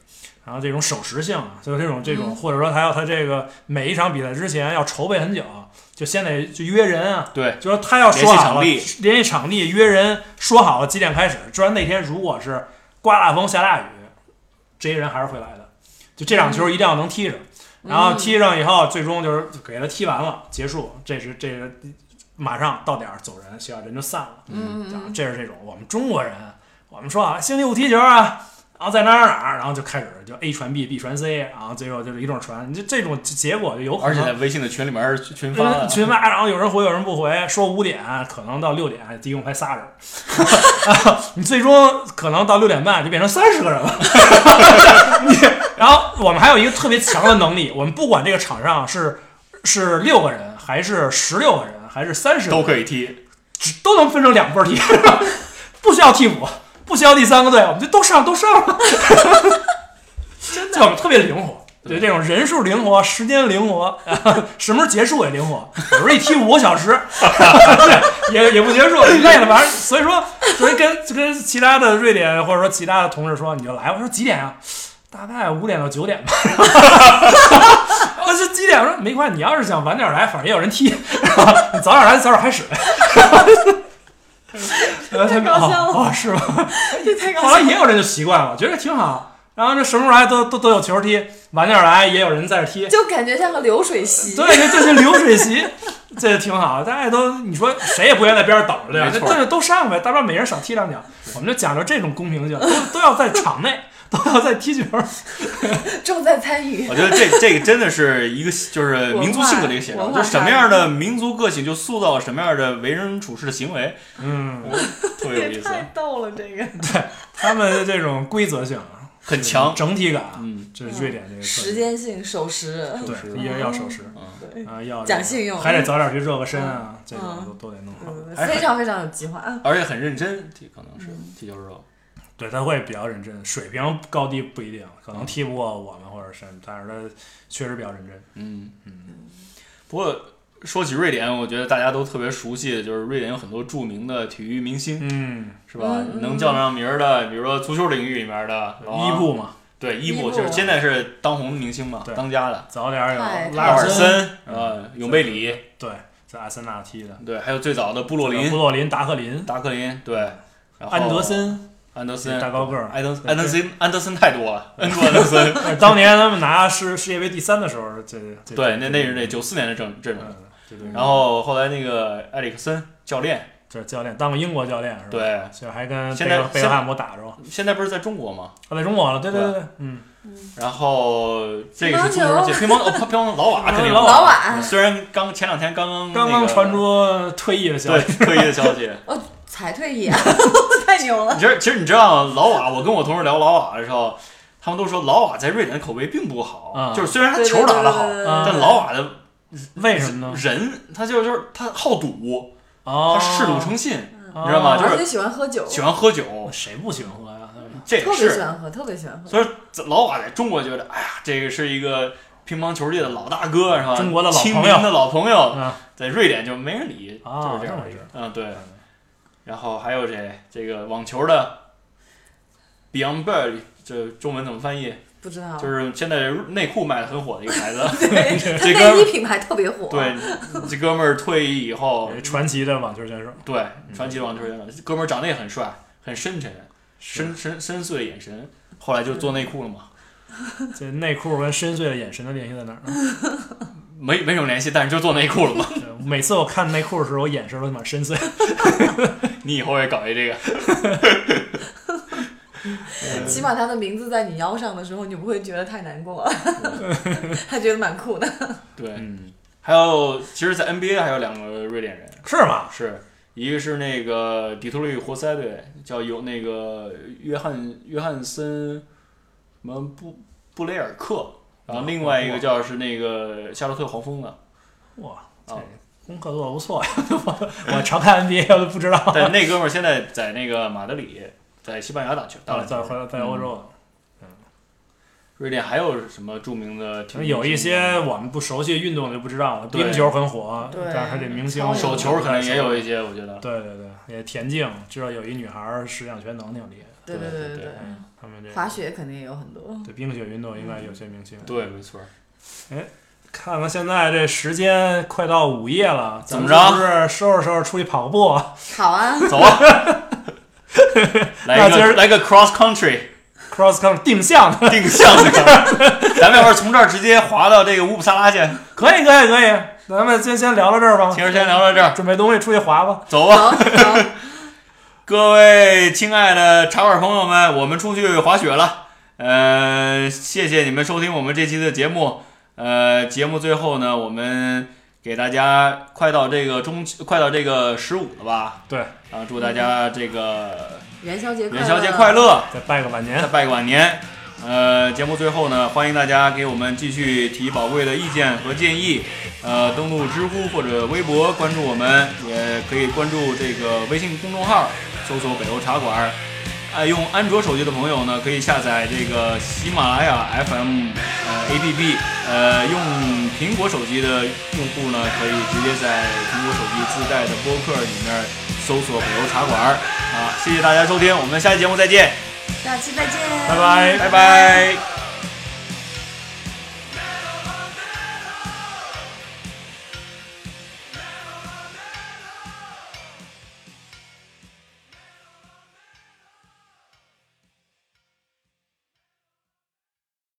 Speaker 3: 然后这种守时性啊，就是这种这
Speaker 2: 嗯
Speaker 3: 种，或者说他要他这个每一场比赛之前要筹备很久，就先得就约人啊，
Speaker 1: 对，
Speaker 3: 就说他要说好了
Speaker 1: 联系
Speaker 3: 联系场地约人，说好了几点开始，不然那天如果是刮大风下大雨，这些人还是会来的，就这场球一定要能踢上，
Speaker 2: 嗯
Speaker 3: 然后踢上以后，最终就是给他踢完了结束，这是这是马上到点儿走人，需要人就散了。
Speaker 2: 嗯，嗯
Speaker 3: 哎这是这种我们中国人，我们说啊，星期五踢球啊，然后在哪儿哪儿哪儿，然后就开始就 A 传 B，B 传 C，然后最后就是一顿传，你这这种结果就有可
Speaker 1: 而且
Speaker 3: 能
Speaker 1: 在微信的群里面是群发啊
Speaker 3: 嗯
Speaker 1: 的，
Speaker 3: 群发，然后有人回，有人不回，说五点，可能到六点，一共才仨人， *laughs* 你最终可能到六点半就变成三十个人了。 *laughs* 你，然后我们还有一个特别强的能力，我们不管这个场上是是六个人，还是十六个人，还是三十
Speaker 1: 都
Speaker 3: 个人，
Speaker 1: 可以踢。
Speaker 3: 只都能分成两波踢， *laughs* 不需要替补，不需要第三个队，我们就都上都上了，真的，就我们特别灵活。对这种人数灵活，时间灵活， *laughs* 什么时候结束也灵活。有时候一踢五个小时， *laughs* 对也也不结束，累了反正。所以说，所以跟跟其他的瑞典或者说其他的同事说，你就来吧。我说几点啊？大概五点到九点吧。 *laughs* 我说几点？我说没关系，你要是想晚点来，反正也有人踢。 *laughs* 你早点来，早点
Speaker 2: *laughs*
Speaker 3: 开始呗。 *laughs* 太
Speaker 2: 搞笑了
Speaker 3: 哦，哦是吗？
Speaker 2: 这 *laughs* 太搞
Speaker 3: 后
Speaker 2: 笑
Speaker 3: 来
Speaker 2: 了。
Speaker 3: 也有人就习惯了，觉得挺好。然后这什么时候来都都都有球踢，晚点来也有人在这踢，
Speaker 2: 就感觉像个流水席，
Speaker 3: 对，这这是流水席，这挺好。大家都你说谁也不愿意在边上等着对吧？
Speaker 1: 没
Speaker 3: 这
Speaker 1: 错
Speaker 3: 这都上呗，大不了每人少踢两脚。我们就讲究这种公平性，都都要在场内，都要在踢球。
Speaker 2: 重在参与。
Speaker 1: 我觉得
Speaker 3: *laughs*
Speaker 1: 这这个真的是一个就是民族性格的一个写照，
Speaker 2: 文化
Speaker 1: 就是什么样的民族个性就塑造了什么样的为人处事的行
Speaker 2: *laughs*
Speaker 1: 为，
Speaker 3: 嗯，
Speaker 1: 特别有意思，
Speaker 2: 逗了，这个
Speaker 3: 他们的这种规则性啊
Speaker 1: 很强。
Speaker 3: 整体感，啊
Speaker 1: 嗯，
Speaker 3: 这是瑞典这个特点
Speaker 2: 时间性守时，
Speaker 1: 守
Speaker 3: 对，
Speaker 1: 时
Speaker 3: 一人要守时
Speaker 1: 嗯，
Speaker 2: 对，
Speaker 3: 啊，要
Speaker 2: 讲信用
Speaker 3: 还得早点去热个身啊，这种
Speaker 2: 嗯
Speaker 3: 都都得弄好。
Speaker 2: 嗯
Speaker 1: 哎
Speaker 2: 非常非常有计划。啊
Speaker 1: 而且很认真，这可能是踢球时候。
Speaker 3: 对，他会比较认真，水平高低不一定，可能踢不过我们或者是，但是他确实比较认真。
Speaker 1: 嗯，嗯，不过说起瑞典，我觉得大家都特别熟悉，就是瑞典有很多著名的体育明星，
Speaker 3: 嗯，
Speaker 1: 是吧？
Speaker 2: 嗯嗯
Speaker 1: 能叫得上名儿的，比如说足球领域里面的老
Speaker 3: 伊
Speaker 1: 王，
Speaker 3: 布，E 嘛，
Speaker 1: 对伊
Speaker 2: 伊
Speaker 1: 布
Speaker 2: 布
Speaker 1: 就是现在是当红的明星嘛
Speaker 3: 对，
Speaker 1: 当家的
Speaker 3: 早点
Speaker 2: 太
Speaker 3: 有
Speaker 1: 拉
Speaker 3: 拉
Speaker 1: 尔
Speaker 3: 尔森，嗯
Speaker 1: 森，呃，永贝里，
Speaker 3: 对，在阿森纳踢的，
Speaker 1: 对，还有最早的布洛
Speaker 3: 布
Speaker 1: 林、
Speaker 3: 洛林、达克林、
Speaker 1: 达克林，对，然后
Speaker 3: 安德、森，
Speaker 1: 安德森、哎
Speaker 3: 大高个儿。
Speaker 1: 安德安德森、安德森太多了，恩佐安德森，
Speaker 3: 但是当年他们拿世世界杯第三的时候，这这
Speaker 1: 哎对，那那是那九四年的阵阵容。
Speaker 3: 嗯，对对。
Speaker 1: 然后后来那个埃里克森教练，
Speaker 3: 这是教练当过英国教练是吧？，
Speaker 1: 对，
Speaker 3: 所以还跟
Speaker 1: 现
Speaker 3: 贝
Speaker 1: 在
Speaker 3: 克贝克汉姆打着，
Speaker 1: 现在不是在中国吗？
Speaker 3: 他在中国了，对对对，嗯，
Speaker 1: 然后这个是足
Speaker 2: 乒乓
Speaker 1: 球
Speaker 2: 球
Speaker 1: 界乒乓哦乒乓老瓦肯定
Speaker 3: 老
Speaker 1: 有。
Speaker 3: 瓦
Speaker 2: 老瓦
Speaker 1: 虽然刚前两天刚刚
Speaker 3: 刚
Speaker 1: 那
Speaker 3: 刚
Speaker 1: 个
Speaker 3: 传出退役的消
Speaker 1: 对
Speaker 3: 息，
Speaker 1: 退役的消
Speaker 3: *laughs*
Speaker 1: 息，
Speaker 2: *laughs* 才退役啊， *laughs* 太牛了。
Speaker 1: 你知道其实你知道老瓦，我跟我同事聊老瓦的时候，他们都说老瓦在瑞典的口碑并不好，
Speaker 3: 啊
Speaker 1: 就是虽然他球打得好，
Speaker 2: 对对对对对
Speaker 3: 嗯
Speaker 2: 对
Speaker 1: 但老瓦的
Speaker 3: 为什么呢？
Speaker 1: 人他就就是他好赌，
Speaker 3: 哦，
Speaker 1: 他嗜赌成性，
Speaker 3: 哦，
Speaker 1: 你知道吗
Speaker 2: 而
Speaker 1: 就是
Speaker 2: 且喜欢喝酒，
Speaker 1: 喜欢喝酒，
Speaker 3: 谁不喜欢喝呀？对吧
Speaker 1: 这也
Speaker 2: 特别喜
Speaker 1: 是
Speaker 2: 欢喝，特别喜欢喝。
Speaker 1: 所以老瓦在中国觉得，哎呀，这个是一个乒乓球界的老大哥是吧？
Speaker 3: 中国的老
Speaker 1: 亲
Speaker 3: 朋
Speaker 1: 民
Speaker 3: 友
Speaker 1: 的老朋友，
Speaker 3: 啊
Speaker 1: 在瑞典就没人理，
Speaker 3: 啊，
Speaker 1: 就是这样
Speaker 3: 么
Speaker 1: 的
Speaker 3: 回事。
Speaker 1: 嗯，对。然后还有谁？这个网球的 Beyond Bird，这中文怎么翻译？
Speaker 2: 不知道，
Speaker 1: 就是现在内裤卖的很火的一个牌子。
Speaker 2: *laughs* 对，他
Speaker 1: 这哥
Speaker 2: 内
Speaker 1: 们儿，
Speaker 2: 衣品牌特别火。
Speaker 1: 对，这哥们儿退役以后，
Speaker 3: 传奇的网球选手，
Speaker 1: 对，传奇的网球选手，这哥们儿长得也很帅，很深沉，深深深邃的眼神。后来就做内裤了嘛，
Speaker 3: *laughs* 这内裤跟深邃的眼神的联系在哪儿呢？
Speaker 1: 没没什么联系，但是就做内裤了嘛。
Speaker 3: 对每次我看内裤的时候，我眼神都他妈深邃。
Speaker 1: *laughs* 你以后也搞一
Speaker 3: *laughs*
Speaker 1: 这个，
Speaker 2: 起码他的名字在你腰上的时候，你不会觉得太难
Speaker 1: *laughs*
Speaker 2: 过，还觉得蛮酷的。
Speaker 1: 对。
Speaker 3: 嗯，
Speaker 1: 还有，其实，在 NBA 还有两个瑞典人，
Speaker 3: *laughs* 是吗？
Speaker 1: 是一个是那个底特律活塞队，叫有那个约翰约翰森什么布布雷尔克，然
Speaker 3: 啊
Speaker 1: 后另外一个叫是那个夏洛特黄蜂的，
Speaker 3: 哇，这
Speaker 1: 啊
Speaker 3: 功课做得不错呀！我我常看 NBA，我都不知道。
Speaker 1: 但那哥们儿现在在那个马德里，在西班牙打球，打
Speaker 3: 啊
Speaker 1: 了
Speaker 3: 在回在欧
Speaker 1: 嗯
Speaker 3: 洲，
Speaker 1: 瑞典还有什么著名的体
Speaker 3: 可
Speaker 1: 育
Speaker 3: 能
Speaker 1: 明星？
Speaker 3: 有一些我们不熟悉的运动就不知道了。
Speaker 1: 对
Speaker 3: 冰球很火，
Speaker 2: 对
Speaker 3: 但是他这明星
Speaker 2: 超
Speaker 1: 手球可能也有一些，我觉得。
Speaker 3: 对对对，也田径，知道有一女孩儿十项全能挺厉害的。
Speaker 2: 对
Speaker 1: 对
Speaker 2: 对
Speaker 1: 对
Speaker 2: 对，
Speaker 3: 嗯，他们这个
Speaker 2: 滑雪肯定也有很多。
Speaker 3: 对冰雪运动应该有些明星。
Speaker 1: 对，没错。
Speaker 3: 看看现在这时间快到午夜了，
Speaker 1: 怎么
Speaker 3: 咱
Speaker 1: 着
Speaker 3: 们是不是收拾收拾出去跑个步？ *laughs*
Speaker 2: 好啊，
Speaker 1: 走啊！ *laughs* 来一
Speaker 3: 那今
Speaker 1: 个
Speaker 3: 儿
Speaker 1: 来个 cross country
Speaker 3: cross country 定向 *laughs* 的，
Speaker 1: 定向的，咱们要不然从这儿直接滑到这个乌普萨拉去？
Speaker 3: 可以可以可以，咱们先先聊到这儿吧，
Speaker 1: 今儿先聊到这儿，
Speaker 3: 准备东西出去滑吧。
Speaker 1: 走吧。
Speaker 2: 走走，
Speaker 1: *laughs* 各位亲爱的茶馆朋友们，我们出去滑雪了。呃，谢谢你们收听我们这期的节目。呃，节目最后呢，我们给大家快到这个中，快到这个十五了吧？
Speaker 3: 对，
Speaker 1: 啊，祝大家这个
Speaker 2: 元宵节快
Speaker 1: 元宵节快乐。
Speaker 3: 再拜个晚年
Speaker 1: 再。拜个晚年。呃，节目最后呢，欢迎大家给我们继续提宝贵的意见和建议。呃，登录知乎或者微博关注我们，也可以关注这个微信公众号，搜索“北欧茶馆”。爱用安卓手机的朋友呢，可以下载这个喜马拉雅 FM 呃 APP，呃，用苹果手机的用户呢，可以直接在苹果手机自带的播客里面搜索“北欧茶馆”。啊，谢谢大家收听，我们下期节目再见，
Speaker 2: 下期再见，
Speaker 3: 拜拜
Speaker 1: 拜拜。